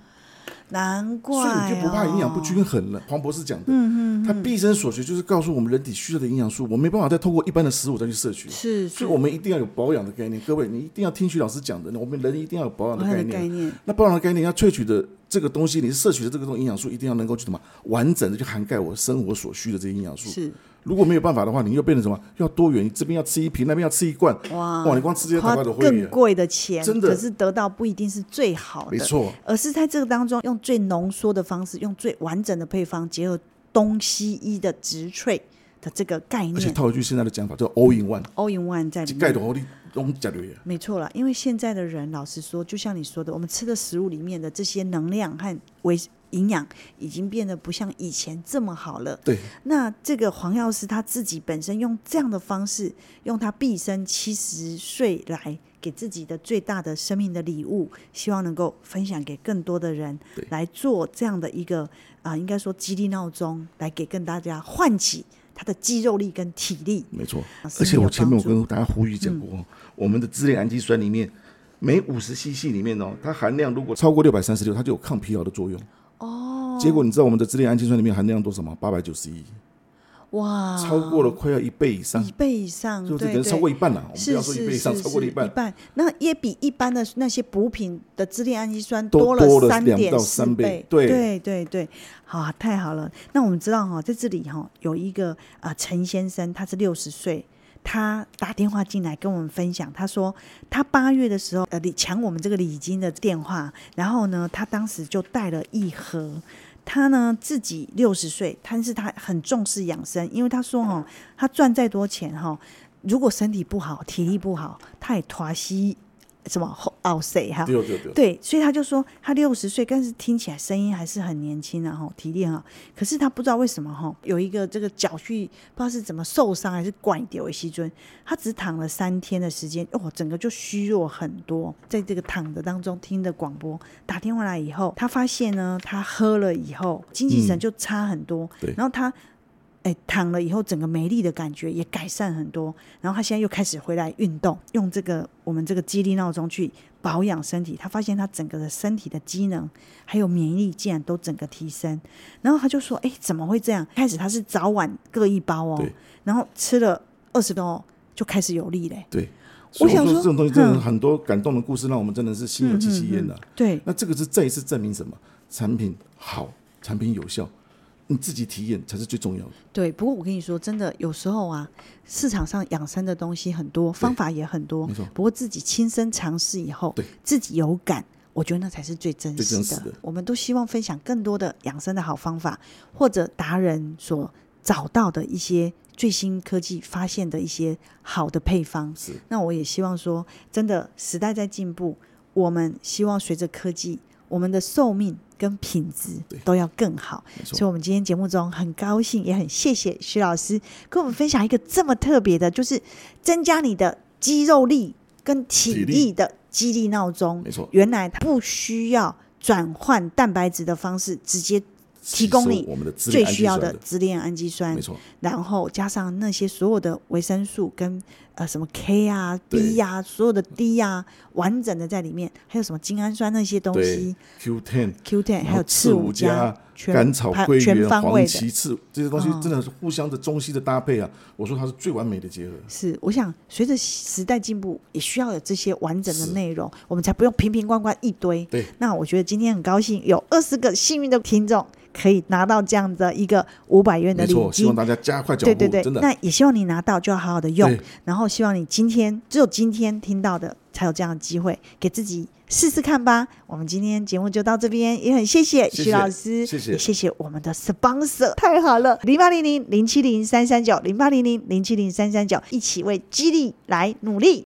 Speaker 2: 难怪、
Speaker 3: 所
Speaker 2: 哦、
Speaker 3: 以你就不怕营养不均衡了。黄博士讲的，嗯嗯，他毕生所学就是告诉我们人体需要的营养素，我没办法再通过一般的食物再去摄取。
Speaker 2: 是，
Speaker 3: 所
Speaker 2: 是
Speaker 3: 以，我们一定要有保养的概念，各位，你一定要听取老师讲的。我们人一定要有保养的
Speaker 2: 保养
Speaker 3: 概
Speaker 2: 的
Speaker 3: 念。
Speaker 2: 概念
Speaker 3: 那保养的概念要萃取的这个东西，你摄取的这个东西营养素，一定要能够去什么完整的去涵盖我生活所需的这些营养素。
Speaker 2: 是
Speaker 3: 如果没有办法的话，你又变成什么？要多元，你这边要吃一瓶，那边要吃一罐，哇，你光吃这些
Speaker 2: 花
Speaker 3: 台湾的会
Speaker 2: 更
Speaker 3: 员，
Speaker 2: 贵的钱，
Speaker 3: 真的
Speaker 2: 可是得到不一定是最好的，
Speaker 3: 没错，
Speaker 2: 而是在这个当中用最浓缩的方式，用最完整的配方，结合东西医的植萃的这个概
Speaker 3: 而且
Speaker 2: 念
Speaker 3: 套一句现在的讲法叫 all in one，
Speaker 2: ，all in one 在里面
Speaker 3: 盖。头你拢加流
Speaker 2: 没错啦，因为现在的人，老实说，就像你说的，我们吃的食物里面的这些能量和维营养，已经变得不像以前这么好了。
Speaker 3: 对，
Speaker 2: 那这个黄药师他自己本身用这样的方式，用他毕生七十岁来给自己的最大的生命的礼物，希望能够分享给更多的人
Speaker 3: 对，
Speaker 2: 来做这样的一个啊、应该说激励闹钟，来给更大家唤起他的肌肉力跟体力。
Speaker 3: 没错
Speaker 2: 啊，是
Speaker 3: 而且
Speaker 2: 很有
Speaker 3: 我前面我
Speaker 2: 帮助嗯
Speaker 3: 跟大家呼吁讲过，哦，我们的支链氨基酸里面每五十 CC 里面哦，它含量如果超过六百三十六，它就有抗疲劳的作用。哦，结果你知道我们的支链氨基酸里面含量多少吗？八百九十一，
Speaker 2: 哇，
Speaker 3: 超过了快要一倍以上
Speaker 2: 啊一，倍以上，
Speaker 3: 就是
Speaker 2: 对
Speaker 3: 可能
Speaker 2: 对
Speaker 3: 超过一半了。啊我们不
Speaker 2: 是
Speaker 3: 要说一倍以上，
Speaker 2: 是是
Speaker 3: 超过了一
Speaker 2: 一
Speaker 3: 半，
Speaker 2: 半，那也比一般的那些补品的支链氨基酸
Speaker 3: 都多
Speaker 2: 了
Speaker 3: 了
Speaker 2: 三
Speaker 3: 2
Speaker 2: 点
Speaker 3: 到
Speaker 2: 四
Speaker 3: 3倍
Speaker 2: 倍。
Speaker 3: 对
Speaker 2: 对对对，好、啊太好了。那我们知道哈、在这里哈、有一个啊、呃陈先生，他是六十岁。他打电话进来跟我们分享，他说他八月的时候，呃，李抢我们这个礼金的电话，然后呢，他当时就带了一盒，他呢自己六十岁，但是他很重视养生，因为他说哦，他赚再多钱哈、如果身体不好、体力不好，他也拖西什么后傲谁哈。
Speaker 3: 对哦对哦对哦。
Speaker 2: 对，所以他就说他六十岁，但是听起来声音还是很年轻然、后体力很好。可是他不知道为什么哈，有一个这个脚去不知道是怎么受伤还是拐掉的西尊，他只躺了三天的时间，哦，整个就虚弱很多。在这个躺的当中听的广播，打电话来以后，他发现呢，他喝了以后精气神就差很多，
Speaker 3: 对
Speaker 2: 然后他。哎，躺了以后，整个没力的感觉也改善很多。然后他现在又开始回来运动，用这个我们这个激励闹钟去保养身体，他发现他整个的身体的机能还有免疫力竟然都整个提升，然后他就说：“哎，怎么会这样？”开始他是早晚各一包哦
Speaker 3: 对，
Speaker 2: 然后吃了二十多就开始有力嘞。
Speaker 3: 对，
Speaker 2: 我
Speaker 3: 所以
Speaker 2: 想
Speaker 3: 说
Speaker 2: 说
Speaker 3: 这种东西真的
Speaker 2: 嗯
Speaker 3: 很多感动的故事，让我们真的是心有戚戚焉的、
Speaker 2: 对，
Speaker 3: 那这个是再一次证明什么？产品好，产品有效，你自己体验才是最重要的。
Speaker 2: 对，不过我跟你说，真的有时候啊，市场上养生的东西很多，方法也很多
Speaker 3: 没错，
Speaker 2: 不过自己亲身尝试以后
Speaker 3: 对，
Speaker 2: 自己有感。我觉得那才是最真
Speaker 3: 最
Speaker 2: 实
Speaker 3: 真
Speaker 2: 的。
Speaker 3: 实的
Speaker 2: 我们都希望分享更多的养生的好方法，或者达人所找到的一些最新科技发现的一些好的配方。
Speaker 3: 是
Speaker 2: 那我也希望说，真的时代在进步，我们希望随着科技，我们的寿命跟品质
Speaker 3: 对
Speaker 2: 都要更好。
Speaker 3: 没
Speaker 2: 所以，
Speaker 3: 错，
Speaker 2: 我们今天节目中很高兴，也很谢谢徐老师跟我们分享一个这么特别的，就是增加你的肌肉力跟体
Speaker 3: 体力
Speaker 2: 力的激励闹钟
Speaker 3: 没。错。
Speaker 2: 原来它不需要转换蛋白质的方式，直接提供
Speaker 3: 吸收
Speaker 2: 你
Speaker 3: 我们的资
Speaker 2: 最
Speaker 3: 源氨
Speaker 2: 需
Speaker 3: 基
Speaker 2: 要
Speaker 3: 酸
Speaker 2: 的
Speaker 3: 的，
Speaker 2: 支链氨基酸
Speaker 3: 没，错，
Speaker 2: 然后加上那些所有的维生素跟呃什么 K 啊、
Speaker 3: 对
Speaker 2: B 啊，所有的 D 啊，完整的在里面，还有什么精氨酸那些东
Speaker 3: 对
Speaker 2: 西。
Speaker 3: Q ten。
Speaker 2: Q ten 还有
Speaker 3: 刺
Speaker 2: 刺
Speaker 3: 五
Speaker 2: 五
Speaker 3: 加
Speaker 2: 加、
Speaker 3: 甘草、
Speaker 2: 盘
Speaker 3: 桂
Speaker 2: 全
Speaker 3: 圆、
Speaker 2: 方
Speaker 3: 黄
Speaker 2: 位的哦
Speaker 3: 芪、刺这些东西，真的是互相的中西的搭配啊！我说它是最完美的结合。
Speaker 2: 是，我想随着时代进步，也需要有这些完整的内容，我们才不用瓶瓶罐罐一堆。
Speaker 3: 对，
Speaker 2: 那我觉得今天很高兴，有二十个幸运的听众可以拿到这样的一个五百元的
Speaker 3: 没
Speaker 2: 礼
Speaker 3: 错，希望
Speaker 2: 金。
Speaker 3: 大家加快脚
Speaker 2: 对
Speaker 3: 步，
Speaker 2: 对对
Speaker 3: 真，的
Speaker 2: 那也希望你拿到就要好好的用
Speaker 3: 对，
Speaker 2: 然后希望你今天只有今天听到的才有这样的机会，给自己试试看吧。我们今天节目就到这边，也很谢谢
Speaker 3: 谢
Speaker 2: 徐
Speaker 3: 谢
Speaker 2: 老师，
Speaker 3: 谢谢
Speaker 2: 也谢谢我们的 sponsor，太好了，零八零零零七零三三九，零八零零零七零三三九，一起为激励来努力。